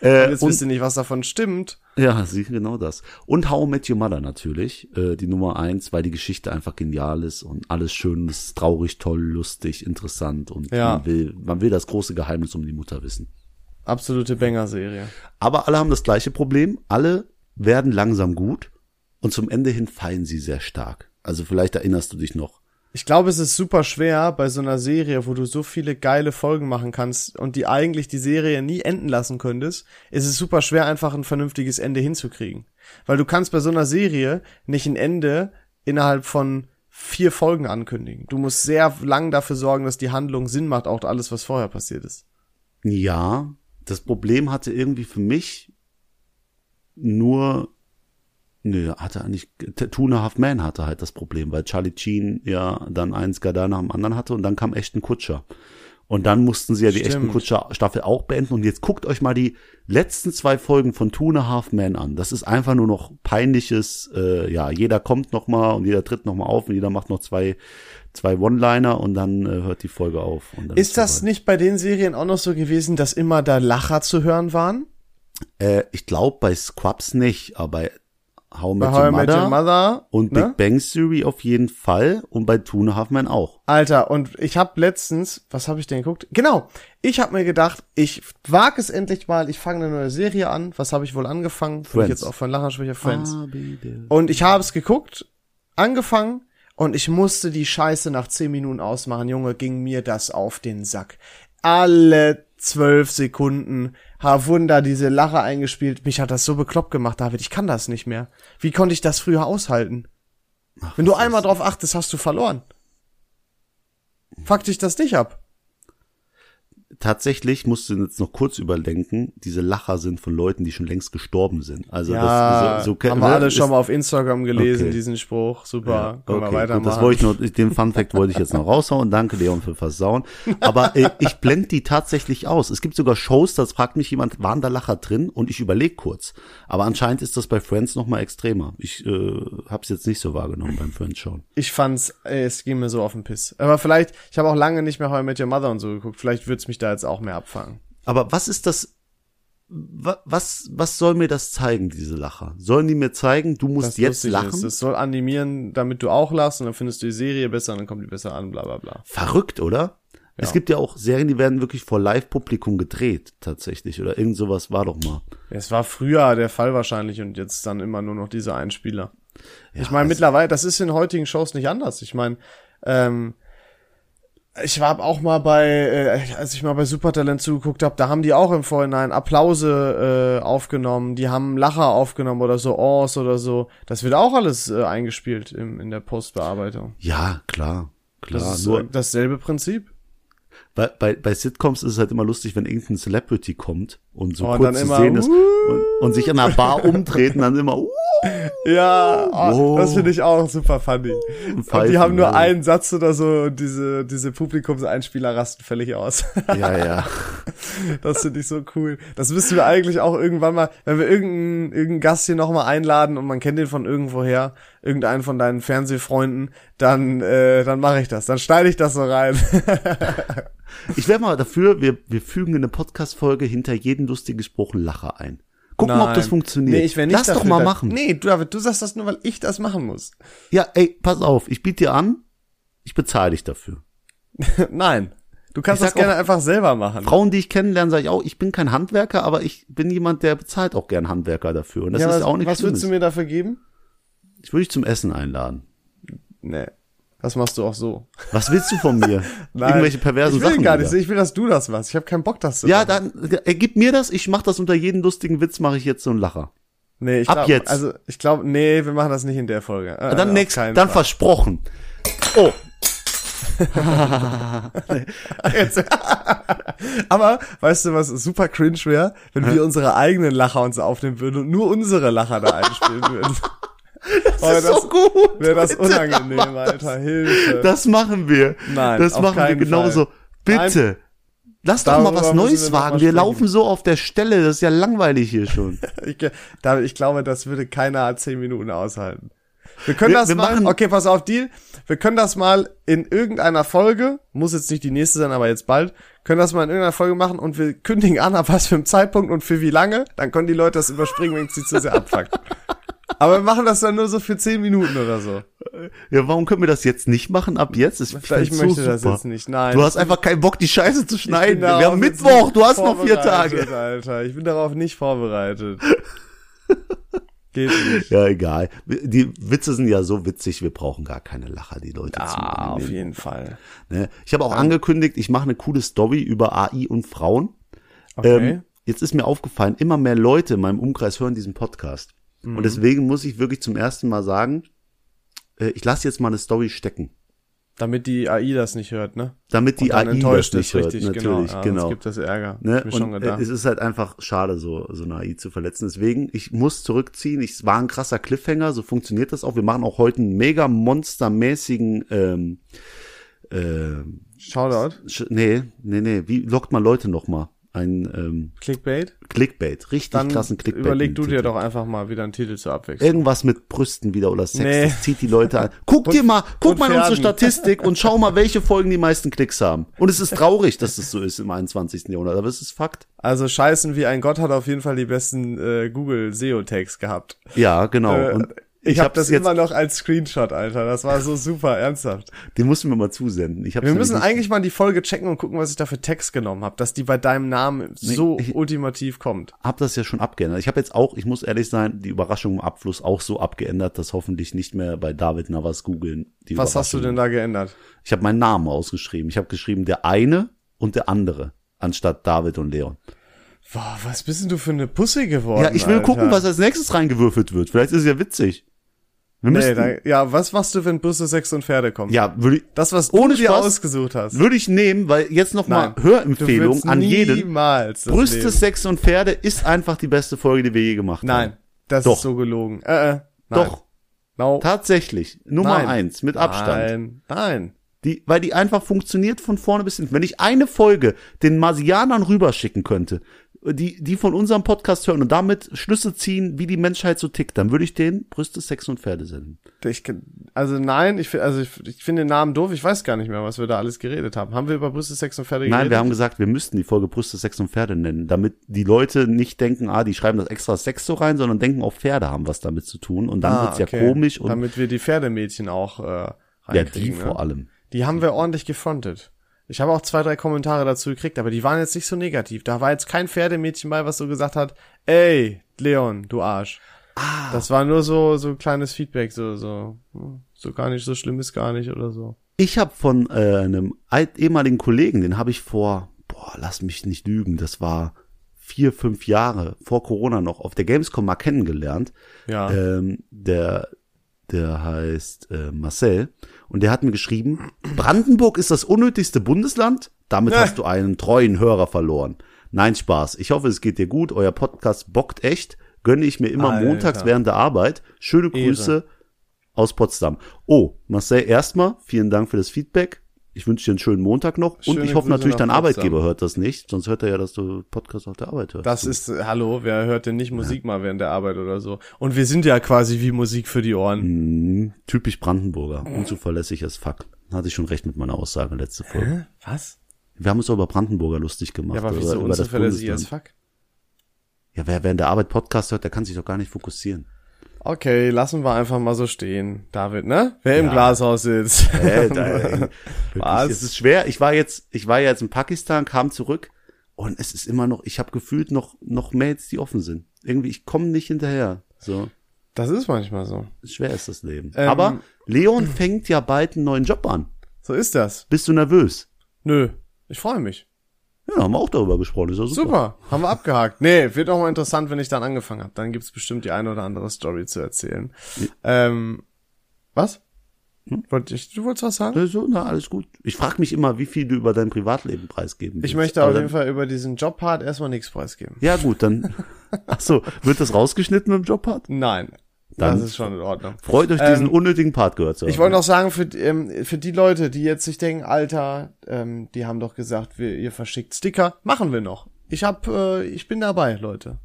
Äh,
Jetzt
und,
wisst ihr nicht, was davon stimmt.
ja, sie, genau das. Und How I Met Your Mother natürlich, äh, die Nummer eins, weil die Geschichte einfach genial ist und alles schön ist, traurig, toll, lustig, interessant und
Ja.
man, will, man will das große Geheimnis um die Mutter wissen.
Absolute Banger-Serie.
Aber alle haben das gleiche Problem. Alle werden langsam gut und zum Ende hin fallen sie sehr stark. Also vielleicht erinnerst du dich noch.
Ich glaube, es ist super schwer bei so einer Serie, wo du so viele geile Folgen machen kannst und die eigentlich die Serie nie enden lassen könntest, ist es super schwer, einfach ein vernünftiges Ende hinzukriegen. Weil du kannst bei so einer Serie nicht ein Ende innerhalb von vier Folgen ankündigen. Du musst sehr lang dafür sorgen, dass die Handlung Sinn macht, auch alles, was vorher passiert ist.
Ja, das Problem hatte irgendwie für mich nur, nö, hatte eigentlich, Tuna Half Man hatte halt das Problem, weil Charlie Sheen ja dann einen Skandal nach dem anderen hatte und dann kam echten Kutscher. Und dann mussten sie ja die
Stimmt.
echten Kutscher Staffel auch beenden. Und jetzt guckt euch mal die letzten zwei Folgen von Tuna Half Man an. Das ist einfach nur noch peinliches, äh, ja, jeder kommt noch mal und jeder tritt noch mal auf und jeder macht noch zwei, zwei One-Liner und dann äh, hört die Folge auf. Und dann
Ist das
vorbei.
nicht bei den Serien auch noch so gewesen, dass immer da Lacher zu hören waren?
Äh, ich glaube bei Scrubs nicht, aber bei How I
Bei
Met
How
Your
I Met Your
Mother
Mother
und
ne?
Big Bang Theory auf jeden Fall und bei Two and a Half Men auch.
Alter, und ich habe letztens, was habe ich denn geguckt? Genau, ich habe mir gedacht, ich wage es endlich mal, ich fange eine neue Serie an. Was habe ich wohl angefangen? Friends.
Friends. Ah.
Ich jetzt auch von Lachen spreche, Friends.
Friends.
Und ich habe es geguckt, angefangen und ich musste die Scheiße nach 10 Minuten ausmachen. Junge, ging mir das auf den Sack. Alle zwölf Sekunden, ha Wunder, diese Lache eingespielt. Mich hat das so bekloppt gemacht, David. Ich kann das nicht mehr. Wie konnte ich das früher aushalten? Wenn du einmal drauf achtest, hast du verloren. Fuck dich das nicht ab.
Tatsächlich musst du jetzt noch kurz überdenken, diese Lacher sind von Leuten, die schon längst gestorben sind. Also
Ja,
das so, so
haben wir alle
ist-
schon mal auf Instagram gelesen,
Okay.
diesen Spruch. Super,
Ja,
können wir
okay,
weitermachen.
gut, das wollte ich nur, den Fun Fact wollte ich jetzt noch raushauen. Danke, Leon, für Versauen. Aber äh, ich blende die tatsächlich aus. Es gibt sogar Shows, das fragt mich jemand, waren da Lacher drin? Und ich überlege kurz. Aber anscheinend ist das bei Friends noch mal extremer. Ich äh, habe es jetzt nicht so wahrgenommen beim Friends-Schauen.
ich fand's, äh, es ging mir so auf den Piss. Aber vielleicht, ich habe auch lange nicht mehr How I Met Your Mother und so geguckt. Vielleicht wird's mich da jetzt auch mehr abfangen.
Aber was ist das? wa- Was, was soll mir das zeigen, diese Lacher? Sollen die mir zeigen, du musst
Das
jetzt
lustig
lachen?
Ist. Es soll animieren, damit du auch lachst und dann findest du die Serie besser und dann kommt die besser an, bla bla bla.
Verrückt, oder? Es gibt ja auch Serien, die werden wirklich vor Live-Publikum gedreht, tatsächlich. Oder irgend sowas war doch mal.
Es war früher der Fall wahrscheinlich und jetzt dann immer nur noch diese Einspieler. ich meine,
also-
mittlerweile, das ist in heutigen Shows nicht anders. Ich meine, ähm, ich war auch mal bei, äh, als ich mal bei Supertalent zugeguckt habe, da haben die auch im Vorhinein Applause äh, aufgenommen, die haben Lacher aufgenommen oder so, Ohrs oder so. Das wird auch alles äh, eingespielt im, in der Postbearbeitung.
Ja, klar, klar.
Das ist
Nur
äh, dasselbe Prinzip.
bei, bei, bei Sitcoms ist es halt immer lustig, wenn irgendein Celebrity kommt und so
Oh, und
kurz
dann
zu
immer,
sehen ist und, und sich an einer Bar umtreten, dann immer uh,
Ja, oh,
Wow.
das finde ich auch super funny. Und die
Pfeifen,
haben nur
ja.
einen Satz oder so und diese, diese Publikumseinspieler rasten völlig aus.
ja, ja.
Das finde ich so cool. Das müssten wir eigentlich auch irgendwann mal, wenn wir irgendeinen irgendeinen Gast hier nochmal einladen und man kennt den von irgendwoher, irgendeinen von deinen Fernsehfreunden, dann, äh, dann mache ich das. Dann schneide ich das so rein.
Ich wäre mal dafür, wir, wir fügen in eine Podcast-Folge hinter jeden lustigen Spruch einen Lacher ein. Gucken, ob das
Nein.
funktioniert.
Nee, ich wär nicht
Lass doch
dafür,
mal
dass-
machen.
Nee, du, David, du sagst das nur, weil ich das machen muss.
Ja, ey, pass auf, ich biete dir an, ich bezahle dich dafür.
Nein. Du kannst
Ich
das
sag
gerne einfach selber machen.
Frauen, die ich kennenlerne, sage ich auch, ich bin kein Handwerker, aber ich bin jemand, der bezahlt auch gern Handwerker dafür. Und das
Ja,
ist
was,
auch nichts
was würdest du
Schlimmes.
mir dafür geben?
Ich würde dich zum Essen einladen.
Nee. Das machst du auch so.
Was willst du von mir?
Nein,
Irgendwelche perversen
ich will
Sachen.
gar nicht.
wieder.
Ich will, dass du das machst. Ich habe keinen Bock, dass du
Ja,
das
dann ergib mir das. Ich mache das unter jeden lustigen Witz, mache ich jetzt so einen Lacher.
Nee, ich
Ab
glaub,
jetzt.
Also, ich glaube, nee, wir machen das nicht in der Folge. Äh,
Dann
auf
nächst,
keinen
dann versprochen. Oh. Jetzt-
Fall. Aber, weißt du, was super cringe wäre? Wenn wir unsere eigenen Lacher uns aufnehmen würden und nur unsere Lacher da einspielen würden. Das
das ist so gut.
Wäre das
Bitte,
unangenehm,
mach
Alter.
Das,
Hilfe.
das machen wir.
Nein,
das
auf
machen wir
keinen
genauso.
Fall.
Bitte. Lass doch mal
Darüber
was
müssen wir
Neues
noch
wagen.
mal
Wir
sprechen.
laufen so auf der Stelle. Das ist ja langweilig hier schon.
Ich, ge- da, ich glaube, das würde keiner zehn Minuten aushalten. Wir können
Wir-
das
wir
mal,
machen-
okay, pass auf, Deal. Wir können das mal in irgendeiner Folge, muss jetzt nicht die nächste sein, aber jetzt bald, können das mal in irgendeiner Folge machen und wir kündigen an, ab was für einem Zeitpunkt und für wie lange, dann können die Leute das überspringen, wenn es sie zu sehr abfuckt. Aber wir machen das dann nur so für zehn Minuten oder so.
Ja, warum können wir das jetzt nicht machen? Ab jetzt ist
Ich, möchte das jetzt nicht, nein.
Du hast einfach keinen Bock, die Scheiße zu
Ich bin
schneiden. Wir
darauf
haben
jetzt
Mittwoch.
nicht
Du hast noch vier
vorbereitet,
Tage.
Alter, ich bin darauf nicht vorbereitet. Geht nicht.
Ja, egal. Die Witze sind ja so witzig. Wir brauchen gar keine Lacher, die Leute zum
Ah, auf
Annehmen.
jeden Fall.
Ne? Ich habe auch angekündigt, ich mache eine coole Story über AI und Frauen.
Okay.
Ähm, jetzt ist mir aufgefallen, immer mehr Leute in meinem Umkreis hören diesen Podcast.
Mhm.
Und deswegen muss ich wirklich zum ersten Mal sagen, äh, ich lasse jetzt mal eine Story stecken.
Damit die AI das nicht hört, ne?
Damit die AI das nicht hört, natürlich,
genau.
genau.
Es gibt das Ärger.
Ne?
Hab ich mir schon
Und äh,
gedacht.
es ist halt einfach schade, so, so eine AI zu verletzen. Deswegen, ich muss zurückziehen. Ich es war ein krasser Cliffhanger, so funktioniert das auch. Wir machen auch heute einen mega monstermäßigen ähm, ähm,
Shoutout,
Sch- Nee, nee, nee. Wie lockt man Leute nochmal? Ein ähm,
Clickbait.
Clickbait, richtig
Dann
krassen Clickbait.
überleg
im
du
Titel.
dir doch einfach mal wieder einen Titel zur Abwechslung.
Irgendwas mit Brüsten wieder oder Sex,
Nee.
das zieht die Leute an. Guck dir mal, guck
und
mal in unsere
Pferden.
Statistik und schau mal, welche Folgen die meisten Klicks haben. Und es ist traurig, dass es so ist im 21. Jahrhundert, aber es ist Fakt.
Also Scheißen wie ein Gott hat auf jeden Fall die besten äh, Google SEO Tags gehabt.
Ja, genau.
Äh,
und
ich
ich
habe
hab
hab das
jetzt,
immer noch als Screenshot, Alter. Das war so super ernsthaft.
den mussten wir mal zusenden. Ich hab's
Wir
nämlich
müssen
nicht-
eigentlich mal die Folge checken und gucken, was ich da für Text genommen habe, dass die bei deinem Namen so ultimativ kommt.
Hab das ja schon abgeändert. Ich habe jetzt auch, ich muss ehrlich sein, die Überraschung im Abfluss auch so abgeändert, dass hoffentlich nicht mehr bei David Navas googeln. die
Was hast du denn
Überraschung
da geändert?
Ich habe meinen Namen ausgeschrieben. Ich habe geschrieben der eine und der andere anstatt David und Leon.
Boah, was bist denn du für eine Pussy geworden?
ja, ich will
Alter.
gucken, was als nächstes reingewürfelt wird. Vielleicht ist es ja witzig. Wir
Nee,
müssten,
da, ja, was machst du, wenn Busse, Sex und Pferde kommen?
ja, würde ich,
Das, was
Ohne
du dir
Spaß.
ausgesucht hast.
würde ich nehmen, weil jetzt noch mal
Nein.
Hörempfehlung
Du
an
willst
jeden.
Niemals. das
Brüste,
Leben.
Sex und Pferde ist einfach die beste Folge, die wir je gemacht haben.
Nein, das
Doch.
ist so gelogen. Äh, äh, nein.
Doch,
No.
tatsächlich. Nummer
Nein.
eins, mit Abstand.
Nein, nein.
Die, weil die einfach funktioniert von vorne bis hinten. Wenn ich eine Folge den Marsianern rüberschicken könnte, die, die von unserem Podcast hören und damit Schlüsse ziehen, wie die Menschheit so tickt, dann würde ich denen Brüste, Sex und Pferde senden.
Ich, kann- also nein, ich, fi- also ich, ich finde den Namen doof. Ich weiß gar nicht mehr, was wir da alles geredet haben. Haben wir über Brüste, Sex und Pferde
Nein,
geredet?
wir haben gesagt, wir müssten die Folge Brüste, Sex und Pferde nennen, damit die Leute nicht denken, ah, die schreiben das extra Sex so rein, sondern denken, auch Pferde haben was damit zu tun und dann
Ah,
wird's ja
okay.
komisch und
Damit wir die Pferdemädchen auch äh,
ja, die
reinkriegen.
vor
ne?
allem.
Die haben wir ordentlich gefrontet. Ich habe auch zwei, drei Kommentare dazu gekriegt, aber die waren jetzt nicht so negativ. Da war jetzt kein Pferdemädchen bei, was so gesagt hat, ey, Leon, du Arsch. Ah. Das war nur so, so kleines Feedback, so, so, hm, so gar nicht, so schlimm ist gar nicht oder so.
Ich habe von äh, einem alt, ehemaligen Kollegen, den habe ich vor, boah, lass mich nicht lügen, das war vier, fünf Jahre vor Corona noch auf der Gamescom mal kennengelernt.
Ja.
Ähm, der, der heißt äh, Marcel und der hat mir geschrieben, Brandenburg ist das unnötigste Bundesland, damit hast du einen treuen Hörer verloren. Nein, Spaß. Ich hoffe, es geht dir gut. Euer Podcast bockt echt. Gönne ich mir immer
Alter.
montags während der Arbeit. Schöne
Ehre.
Grüße aus Potsdam. Oh, Marcel, erstmal vielen Dank für das Feedback. Ich wünsche dir einen schönen Montag noch.
Schöne
und ich hoffe
Grüße
natürlich,
nach
dein
Potsdam.
Arbeitgeber hört das nicht. Sonst hört er ja, dass du Podcast auf der Arbeit hörst.
Das ist, äh, hallo, wer hört denn nicht Musik mal während der Arbeit oder so? Und wir sind ja quasi wie Musik für die Ohren.
Mhm, typisch Brandenburger. Unzuverlässig als Fuck. Hatte ich schon recht mit meiner Aussage letzte Folge.
Was?
Wir haben uns doch über Brandenburger lustig gemacht.
Ja, aber
oder
wieso
über das
unzuverlässig
Bundesland.
as fuck?
Ja, wer während der Arbeit Podcast hört, der kann sich doch gar nicht fokussieren.
Okay, lassen wir einfach mal so stehen, David, ne? Wer im Glashaus sitzt.
Äh, da, ey,
Was?
wirklich, es ist schwer. Ich war jetzt, ich war jetzt in Pakistan, kam zurück und es ist immer noch, ich habe gefühlt noch, noch Mails, die offen sind. Irgendwie, ich komme nicht hinterher. So.
Das ist manchmal so.
Schwer ist das Leben.
Ähm,
Aber Leon fängt ja bald einen neuen Job an.
So ist das.
Bist du nervös?
Nö, ich freue mich.
Ja, haben wir auch darüber gesprochen. Ist ja super.
Super, haben wir abgehakt. Nee, wird auch mal interessant, wenn ich dann angefangen habe. Dann gibt's bestimmt die eine oder andere Story zu erzählen. Ähm, was?
Hm?
Wollt ich, du wolltest was sagen?
Ja, Ne, So, na, alles gut. Ich frage mich immer, wie viel du über dein Privatleben preisgeben willst.
Ich möchte
Aber
auf
dann-
jeden Fall über diesen Jobpart erstmal nichts preisgeben.
Ja, gut, dann. Ach so, wird das rausgeschnitten im Jobpart?
Nein,
Dann-
das ist schon in Ordnung.
Freut euch, diesen unnötigen Part gehört zu haben.
Ähm, Ich wollte noch sagen, für, ähm, für die Leute, die jetzt sich denken, Alter, ähm, die haben doch gesagt, wir, ihr verschickt Sticker, machen wir noch. Ich hab, äh, ich bin dabei, Leute.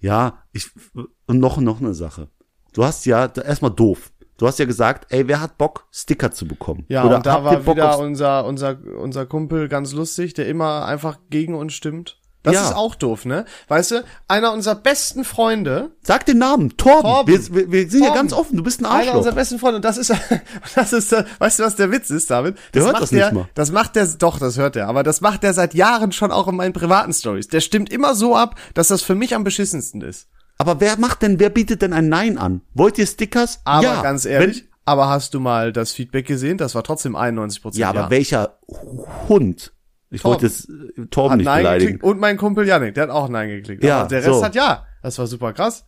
Ja, ich, und noch, noch eine Sache. Du hast ja, da- erstmal doof. Du hast ja gesagt, ey, wer hat Bock, Sticker zu bekommen?
Ja,
Oder
und da
habt ihr
war
Bock
wieder
auf,
unser, unser, unser Kumpel ganz lustig, der immer einfach gegen uns stimmt. Das
Ja.
ist auch doof, ne? Weißt du, einer unserer besten Freunde,
Sag den Namen, Torben.
Torben.
Wir, wir, wir sind ja
Torben.
ganz offen, du bist ein
einer
Arschloch.
unserer besten Freunde, und das ist, das ist, äh, weißt du, was der Witz ist, David? Das
hört
macht
das nicht
der-
mal.
Das macht der, doch, das hört er, aber das macht der seit Jahren schon auch in meinen privaten Stories. Der stimmt immer so ab, dass das für mich am beschissensten ist.
Aber wer macht denn, wer bietet denn ein Nein an? Wollt ihr Stickers?
Aber
ja.
ganz ehrlich, aber hast du mal das Feedback gesehen? Das war trotzdem 91 Prozent.
Wenn, ja, aber welcher Hund? Ich
Torben.
wollte es äh, Torben
hat
nicht
Nein
beleidigen.
geklickt und mein Kumpel Yannick, der hat auch Nein geklickt.
Ja,
aber der Rest
so.
hat Ja. Das war super krass.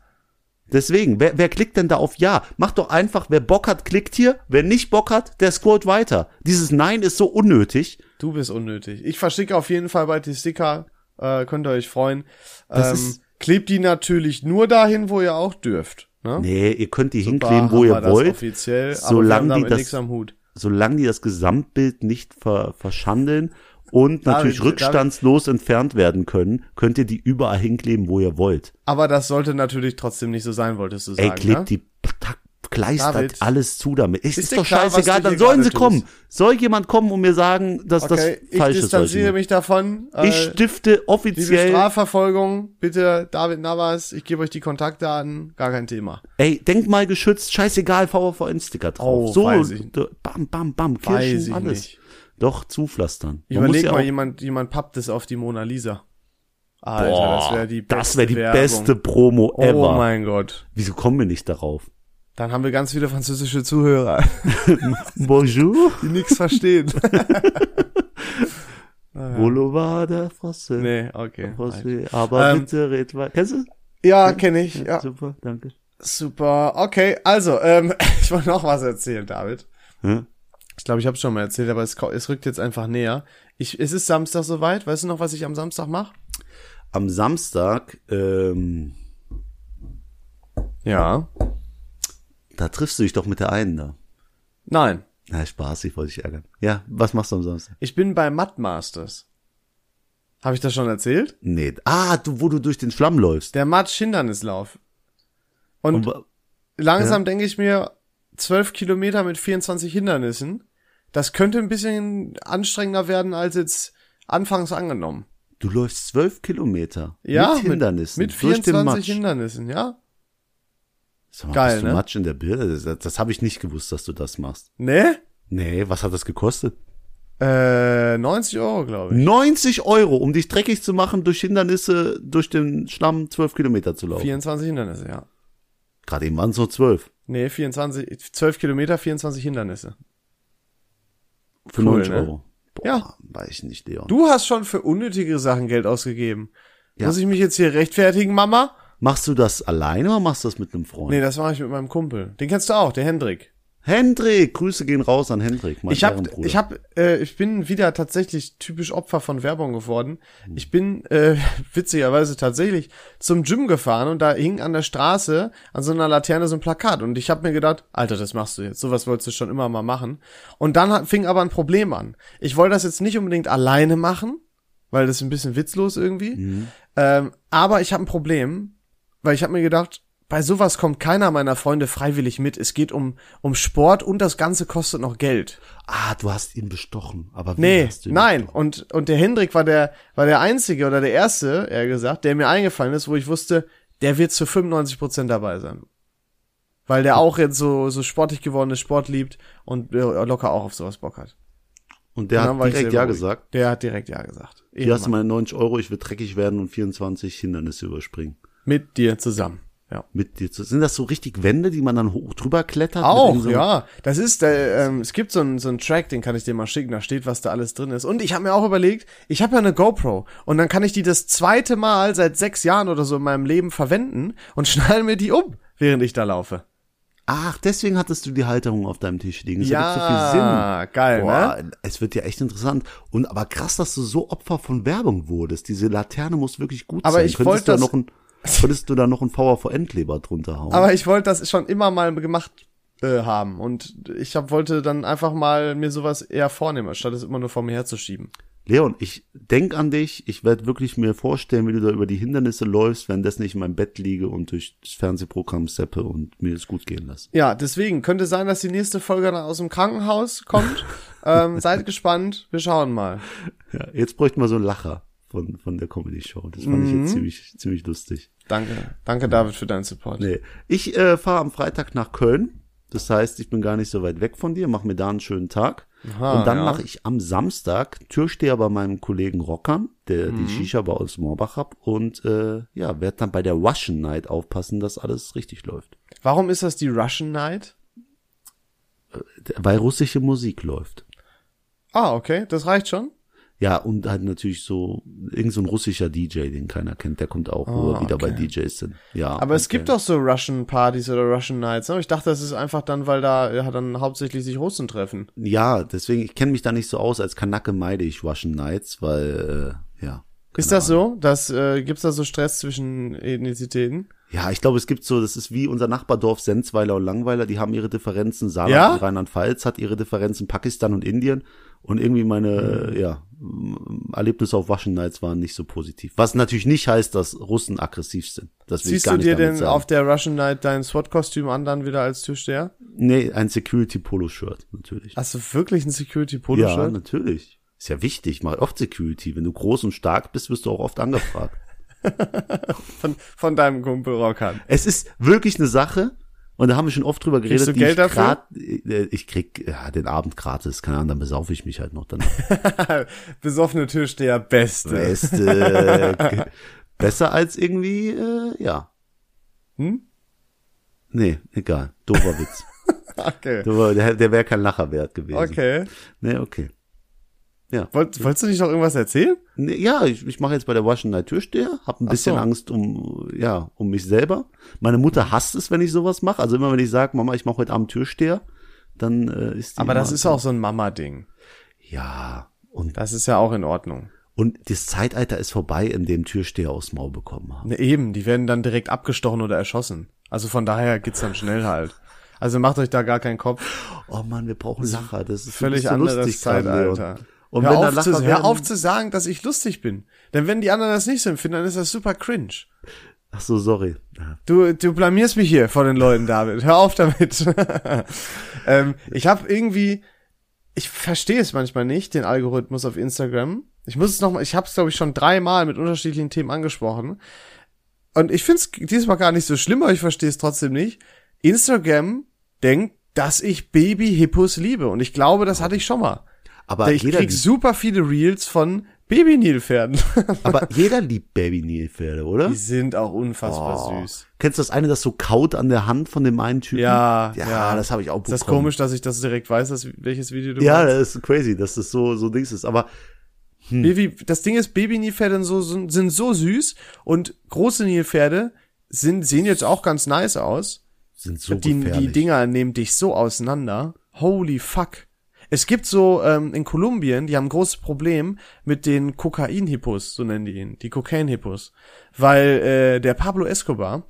Deswegen, wer, wer klickt denn da auf Ja? Macht doch einfach, wer Bock hat, klickt hier. Wer nicht Bock hat, der scrollt weiter. Dieses Nein ist so unnötig.
Du bist unnötig. Ich verschicke auf jeden Fall bald die Sticker. Äh, könnt ihr euch freuen.
Das
Ähm,
ist-
klebt die natürlich nur dahin, wo ihr auch dürft. Ne?
Nee, ihr könnt die
Da
hinkleben, wo
haben
ihr
wir das
wollt.
Offiziell, aber wir haben
solange die
damit
das-
nichts am Hut.
solange die das Gesamtbild nicht ver verschandeln und natürlich
David,
rückstandslos entfernt werden können, könnt ihr die überall hinkleben, wo ihr wollt.
Aber das sollte natürlich trotzdem nicht so sein, wolltest du sagen.
Ey, klebt
ne?
die tack, kleistert
David.
alles zu damit. Ist,
Ist
ist
dir
doch
klar, was
scheißegal,
du hier
dann sollen sie
gerade
kommen.
tust?
Soll jemand kommen und mir sagen, dass
Okay,
das
ich
falsch ist? was
distanziere
ich mache?
mich davon.
Ich
Äh,
stifte
Liebe
offiziell,
Strafverfolgung, bitte David Navas, ich gebe euch die Kontaktdaten, gar kein Thema.
ey, denkmalgeschützt, scheißegal, VVN-Sticker drauf.
Oh,
so,
weiß ich.
bam, bam, bam, Kirschen,
Weiß ich
alles.
nicht.
Doch, zupflastern.
Ich
Man muss
überleg
ja
mal,
auch-
jemand, jemand pappt es auf die Mona Lisa. Alter, das wäre die beste
das wäre die
Werbung.
beste Promo
Oh
ever.
mein Gott.
Wieso kommen wir nicht darauf?
Dann haben wir ganz viele französische Zuhörer,
Bonjour.
die nichts verstehen.
Boulevard der Frosse.
nee, okay.
Frosse, aber
Ähm,
bitte red weiter. Kennst du?
Ja, kenne ich. Ja.
Super, danke.
Super. Okay, also, ähm, ich wollte noch was erzählen, David.
Hm?
Ich glaube, ich habe schon mal erzählt, aber es, ko- es rückt jetzt einfach näher. Ich, es ist Samstag soweit. Weißt du noch, was ich am Samstag mache?
Am Samstag, ähm,
Ja.
da triffst du dich doch mit der einen da.
Nein.
Na, Spaß, ich wollte dich ärgern. Ja, was machst du am Samstag?
Ich bin bei Mud Masters. Habe ich das schon erzählt?
Nee. Ah, du, wo du durch den Schlamm läufst.
Der Matsch-Hindernislauf. Und,
Und, wa-
langsam denke ich mir, 12 Kilometer mit 24 Hindernissen, das könnte ein bisschen anstrengender werden als jetzt anfangs angenommen.
du läufst zwölf Kilometer.
Ja,
Mit Hindernissen.
Mit, mit
durch den
24
Matsch.
Hindernissen, ja?
Sag mal,
Geil,
bist du
ne?
Matsch in der Birne? Das, das habe ich nicht gewusst, dass du das machst.
Ne?
Nee, was hat das gekostet?
Äh, 90 Euro, glaube ich.
90 Euro, um dich dreckig zu machen, durch Hindernisse, durch den Schlamm 12 Kilometer zu laufen.
24 Hindernisse, ja.
Gerade eben waren es nur 12.
Nee, 24, 12 Kilometer, 24 Hindernisse.
Für
Cool,
90
ne?
Euro. Boah,
Ja.
Weiß ich nicht, Leon.
Du hast schon für unnötige Sachen Geld ausgegeben.
Ja.
Muss ich mich jetzt hier rechtfertigen, Mama?
Machst du das alleine oder machst du das mit einem Freund?
Nee, das mache ich mit meinem Kumpel. Den kennst du auch, der Hendrik.
Hendrik, Grüße gehen raus an Hendrik, mein
Ich hab,
Ehrenbruder.
ich hab, äh, ich bin wieder tatsächlich typisch Opfer von Werbung geworden. Ich bin äh, witzigerweise tatsächlich zum Gym gefahren und da hing an der Straße an so einer Laterne so ein Plakat und ich habe mir gedacht, Alter, das machst du jetzt, sowas wolltest du schon immer mal machen. Und dann hat, fing aber ein Problem an. Ich wollte das jetzt nicht unbedingt alleine machen, weil das ist ein bisschen witzlos irgendwie. Ähm, aber ich habe ein Problem, weil ich habe mir gedacht, bei sowas kommt keiner meiner Freunde freiwillig mit. Es geht um, um Sport und das Ganze kostet noch Geld.
ah, du hast ihn bestochen. Aber wie
Nee,
hast du ihn
nein.
bestochen?
Und, und der Hendrik war der, war der einzige oder der erste, eher gesagt, der mir eingefallen ist, wo ich wusste, der wird zu 95 Prozent dabei sein. Weil der auch jetzt so, so sportlich geworden ist, Sport liebt und äh, locker auch auf sowas Bock hat.
Und der
Dann war
hat
Genau, ich
direkt
sehr
Ja
beruhigt.
gesagt.
Der hat direkt Ja gesagt.
Hier hast du
Ehrenmann.
meine 90 Euro, ich will dreckig werden und 24 Hindernisse überspringen.
Mit dir zusammen. Ja.
Mit dir zu, sind das so richtig Wände, die man dann hoch drüber klettert? mit
Auch,
irgend so einem-
ja. Das ist, äh, ähm, es gibt so einen so einen Track, den kann ich dir mal schicken, da steht, was da alles drin ist. Und ich habe mir auch überlegt, ich habe ja eine GoPro und dann kann ich die das zweite Mal seit sechs Jahren oder so in meinem Leben verwenden und schneide mir die um, während ich da laufe.
Ach, deswegen hattest du die Halterung auf deinem Tisch liegen. Das ergibt so viel Sinn.
Ja, geil,
Boah,
ne?
es wird ja echt interessant. Und aber krass, dass du so Opfer von Werbung wurdest. Diese Laterne muss wirklich gut
Aber
sein.
ich
Könntest
wollte
du da
das-
noch ein, könntest du da noch einen VVN-Kleber drunter hauen?
Aber ich wollte das schon immer mal gemacht äh, haben und ich hab, wollte dann einfach mal mir sowas eher vornehmen, anstatt es immer nur vor mir herzuschieben.
Leon, ich denk an dich. Ich werde wirklich mir vorstellen, wie du da über die Hindernisse läufst, währenddessen ich in meinem Bett liege und durch das Fernsehprogramm steppe und mir es gut gehen lasse.
Ja, deswegen könnte sein, dass die nächste Folge dann aus dem Krankenhaus kommt. ähm, seid gespannt, wir schauen mal.
Ja, jetzt bräuchten wir so einen Lacher von, von der Comedy-Show. Das fand
Mhm.
ich jetzt ziemlich, ziemlich lustig.
Danke, danke David für deinen Support.
Nee. Ich äh, fahre am Freitag nach Köln. Das heißt, ich bin gar nicht so weit weg von dir, mache mir da einen schönen Tag.
Aha,
und dann
ja.
mache ich am Samstag Türsteher bei meinem Kollegen Rockern, der
Mhm.
die Shisha bei uns Morbach hat. Und äh, ja, werde dann bei der Russian Night aufpassen, dass alles richtig läuft.
Warum ist das die Russian Night?
D- Weil russische Musik läuft.
Ah, okay, das reicht schon.
Ja, und halt natürlich so, irgend so ein russischer DJ, den keiner kennt, der kommt auch, wo wir wieder bei DJs sind. Ja.
Ah, Aber es gibt doch so Russian Partys oder Russian Nights. Ne? Ich dachte, das ist einfach dann, weil da ja, dann hauptsächlich sich Russen treffen.
Ja, deswegen, ich kenne mich da nicht so aus. Als Kanake meide ich Russian Nights, weil, äh, ja.
ist das so? Dass, äh, gibt's da so Stress zwischen Ethnizitäten?
Ja, ich glaube, es gibt so, das ist wie unser Nachbardorf Senzweiler und Langweiler, die haben ihre Differenzen. Saarland
Ja?
und Rheinland-Pfalz hat ihre Differenzen, Pakistan und Indien. Und irgendwie meine,
Hm.
äh, ja, m- Erlebnisse auf Russian Nights waren nicht so positiv. Was natürlich nicht heißt, dass Russen aggressiv sind. Das will ich
Ziehst
gar
du
nicht
dir
damit
denn
sagen.
auf der Russian Night dein SWAT-Kostüm an, dann wieder als Türsteher?
nee, ein Security-Polo-Shirt, natürlich.
Hast du wirklich ein
ja, ne.
Security-Polo-Shirt?
natürlich. Ist ja wichtig, mal oft Security. Wenn du groß und stark bist, wirst du auch oft angefragt.
von, von deinem Kumpel Rockern.
Es ist wirklich eine Sache. Und da haben wir schon oft drüber geredet.
Kriegst du
die
Geld
ich
dafür?
Grad, äh, ich krieg ja, den Abend gratis. Keine Ahnung, dann besaufe ich mich halt noch danach.
Besoffene Türsteher, Beste.
Beste. Ge- Besser als irgendwie, äh, ja.
Hm?
Nee, egal. Dober Witz.
Okay.
Dober, der der wäre kein Lacher wert gewesen.
Okay.
Nee, okay.
Wollt, wolltest du nicht noch irgendwas erzählen?
Nee, ja, ich, ich mache jetzt bei der Russian Night Türsteher, hab ein bisschen
so.
Angst um ja um mich selber. Meine Mutter hasst es, wenn ich sowas mache. Also immer wenn ich sage, Mama, ich mache heute Abend Türsteher, dann äh, ist die
Aber das
immer-
ist auch so ein Mama-Ding.
ja und
Das ist ja auch in Ordnung.
Und das Zeitalter ist vorbei, in dem Türsteher aus Maul bekommen haben.
Ne, eben, die werden dann direkt abgestochen oder erschossen. Also von daher geht's dann schnell halt. Also macht euch da gar keinen Kopf.
Oh Mann, wir brauchen Lacher. Das ist
Völlig
du bist so
anderes
lustig gerade, Leon.
Zeitalter.
Und
hör,
wenn da
auf
Lacher
zu,
werden,
hör auf zu sagen, dass ich lustig bin. Denn wenn die anderen das nicht so empfinden, dann ist das super cringe.
Ach so, sorry. Ja.
Du, du blamierst mich hier vor den Leuten, David. Hör auf damit. ähm, ich habe irgendwie, ich verstehe es manchmal nicht, den Algorithmus auf Instagram. Ich muss es noch mal, ich habe es glaube ich schon dreimal mit unterschiedlichen Themen angesprochen. Und ich finde es diesmal gar nicht so schlimm, aber ich verstehe es trotzdem nicht. Instagram denkt, dass ich Babyhippos liebe. Und ich glaube, das hatte ich schon mal.
Aber
ich
jeder,
krieg super viele Reels von Babynilpferden.
aber jeder liebt Baby Nilpferde, oder?
Die sind auch unfassbar
Oh.
süß.
Kennst du das eine, das so kaut an der Hand von dem einen Typen?
Ja,
ja,
ja.
das habe ich auch
Ist das
bekommen.
komisch, dass ich das direkt weiß, dass, welches Video du
Ja,
meinst?
das Hm. ist crazy, dass das so so Dings ist. Aber
Baby, das Ding ist, Baby-Nilpferde so, sind sind so süß und große Nilpferde sind, sehen jetzt auch ganz nice aus.
sind so
die,
gefährlich.
die Dinger nehmen dich so auseinander. Holy fuck. Es gibt so ähm, in Kolumbien, die haben ein großes Problem mit den Kokain-Hippos, so nennen die ihn, die Cocaine-Hippos. Weil äh, der Pablo Escobar,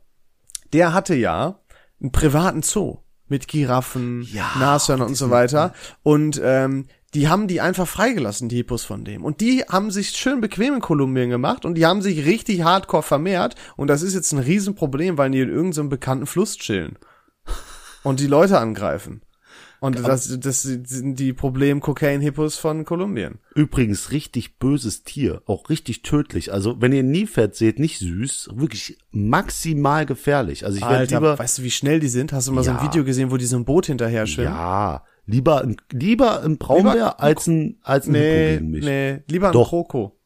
der hatte ja einen privaten Zoo mit Giraffen,
Ja,
Nashörnern und so weiter. Und ähm, die haben die einfach freigelassen, die Hippos von dem. Und die haben sich schön bequem in Kolumbien gemacht und die haben sich richtig hardcore vermehrt. Und das ist jetzt ein Riesenproblem, weil die in irgendeinem bekannten Fluss chillen und die Leute angreifen. Und das, das sind die Problem-Cocaine-Hippos von Kolumbien.
Übrigens richtig böses Tier, auch richtig tödlich. Also wenn ihr ein Nilpferd seht, nicht süß, wirklich maximal gefährlich. Also ich werde
Alter,
lieber
weißt du, wie schnell die sind? Hast du mal so ein
Ja.
Video gesehen, wo die so ein Boot hinterher schwimmen?
ja lieber ein, lieber ein Braunbär
Lieber-
als ein als ein
Nee,
Hippo gegen mich.
nee, lieber ein
Doch.
Kroko.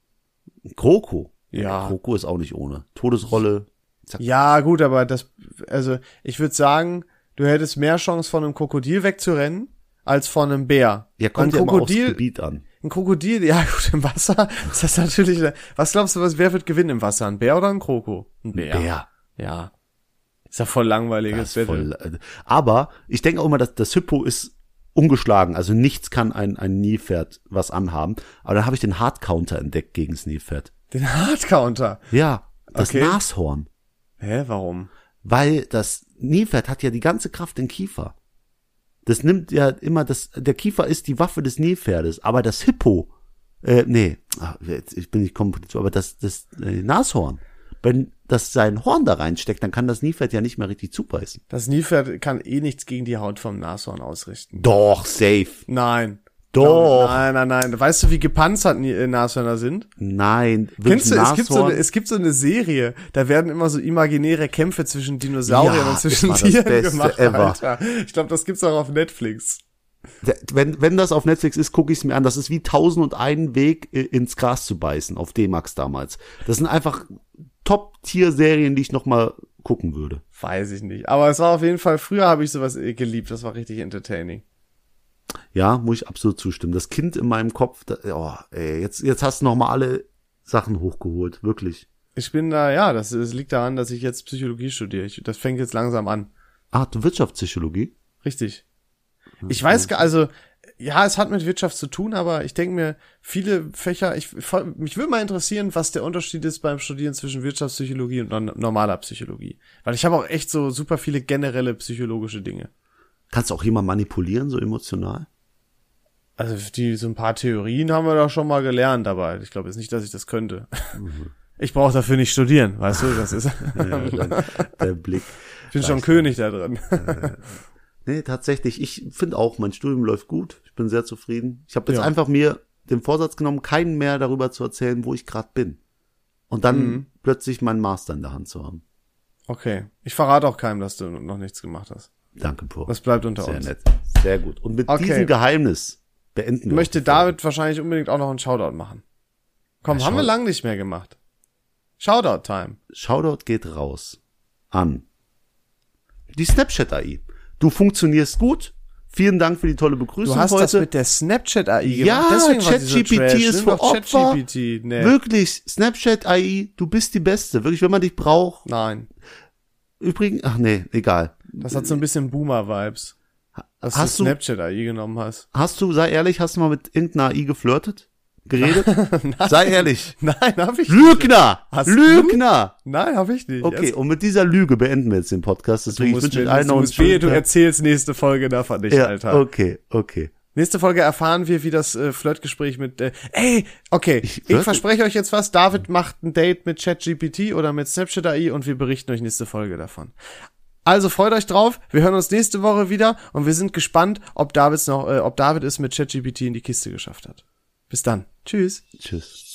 Kroko.
Ja.
Kroko ist auch nicht ohne. Todesrolle. Zack.
Ja, gut, aber das, also ich würde sagen, du hättest mehr Chance von einem Krokodil wegzurennen als von einem Bär.
Ja, kommt
Weil ein
ja immer aufs
Krokodil,
Gebiet an.
ein Krokodil, ja gut, im Wasser ist das natürlich, was glaubst du, was, wer wird gewinnen im Wasser, ein Bär oder ein Kroko? Ein Bär.
Bär.
Ja. Ist ja voll langweiliges
Das ist
Wetter.
voll, äh, aber ich denke auch immer, dass das Hippo ist ungeschlagen. Also nichts kann ein, ein Nilpferd was anhaben. Aber dann habe ich den Hardcounter entdeckt gegen das Nilpferd.
Den Hardcounter.
Ja, das
Okay.
Nashorn.
Hä, warum?
Weil das Nilpferd hat ja die ganze Kraft im Kiefer. Das nimmt ja immer das, der Kiefer ist die Waffe des Nilpferdes, aber das Hippo, äh, nee, ah, jetzt, ich bin nicht komplett, aber das, das äh, Nashorn, wenn das sein Horn da reinsteckt, dann kann das Nilpferd ja nicht mehr richtig zubeißen.
Das Nilpferd kann eh nichts gegen die Haut vom Nashorn ausrichten.
Doch, safe.
Nein.
Doch.
Nein, nein, nein. Weißt du, wie gepanzert Ni- äh, Nashörner sind?
Nein, wirklich
Kennst du, es gibt, so
Nashorn?
eine, es gibt so eine Serie, da werden immer so imaginäre Kämpfe zwischen Dinosauriern
Ja,
und zwischen
das war das
Tieren
Beste
gemacht,
ever.
Alter. Ich glaube, das gibt's auch auf Netflix.
wenn, wenn das auf Netflix ist, gucke ich es mir an. Das ist wie 1001 Weg äh, ins Gras zu beißen auf D-Max damals. Das sind einfach Top-Tier-Serien, die ich noch mal gucken würde.
Weiß ich nicht. Aber es war auf jeden Fall, früher habe ich sowas eh geliebt. Das war richtig entertaining.
Ja, muss ich absolut zustimmen. Das Kind in meinem Kopf, da, oh, ey, jetzt, jetzt hast du noch mal alle Sachen hochgeholt, wirklich.
Ich bin da, ja, das, das liegt daran, dass ich jetzt Psychologie studiere. Ich, das fängt jetzt langsam an.
Ah, du Wirtschaftspsychologie?
Richtig.
Hm,
Ich weiß, gar- also, ja, es hat mit Wirtschaft zu tun, aber ich denke mir, viele Fächer, ich, mich würde mal interessieren, was der Unterschied ist beim Studieren zwischen Wirtschaftspsychologie und non- normaler Psychologie. Weil ich habe auch echt so super viele generelle psychologische Dinge.
Kannst du auch jemand manipulieren, so emotional?
Also, die, so ein paar Theorien haben wir da schon mal gelernt, aber ich glaube jetzt nicht, dass ich das könnte. Ich brauche dafür nicht studieren, weißt du, das ist,
Mhm. Ja, dein, dein Blick.
ich bin schon König da drin.
Nee, tatsächlich. Ich finde auch, mein Studium läuft gut. Ich bin sehr zufrieden. Ich habe jetzt
Ja.
einfach mir den Vorsatz genommen, keinen mehr darüber zu erzählen, wo ich gerade bin. Und dann
Mhm.
plötzlich meinen Master in der Hand zu haben.
Okay. Ich verrate auch keinem, dass du noch nichts gemacht hast.
Danke, Bro.
Das bleibt unter
sehr
uns.
nett. Sehr gut. Und mit
Okay.
diesem Geheimnis beenden wir.
möchte
die Folge.
David wahrscheinlich unbedingt auch noch einen Shoutout machen. Komm, haben wir
Shoutout.
lang nicht mehr gemacht. Shoutout Time.
Shoutout geht raus an die Snapchat AI. Du funktionierst gut. Vielen Dank für die tolle Begrüßung heute.
der Snapchat AI
Ja, ChatGPT ist für Opfer.
ChatGPT, nee.
Wirklich, Snapchat AI, du bist die Beste. Wirklich, wenn man dich braucht,
Nein,
Übrigens, ach nee, egal.
das hat so ein bisschen Boomer Vibes. Dass
Hast
du
du-
Snapchat AI genommen hast.
Hast du, sei ehrlich, hast du mal mit irgendeiner AI geflirtet? Geredet? sei ehrlich.
Nein, habe ich
Lügner!
Hast
Lügner!
Nein, habe ich nicht.
Okay,
Jetzt-
und mit dieser Lüge beenden wir jetzt den Podcast.
Du
Deswegen ich
musst,
wünsche
mir,
euch allen
du,
noch einen
musst wehe,
schönen
du
Tag.
erzählst nächste Folge davon nicht,
Ja,
Alter.
okay, okay.
Nächste Folge erfahren wir, wie das äh, Flirtgespräch mit äh, ey, okay, ich,
flirte-
verspreche euch jetzt was, David macht ein Date mit ChatGPT oder mit Snapchat AI und wir berichten euch nächste Folge davon. Also freut euch drauf, wir hören uns nächste Woche wieder und wir sind gespannt, ob David's noch äh, ob David es mit ChatGPT in die Kiste geschafft hat. Bis dann. Tschüss.
Tschüss.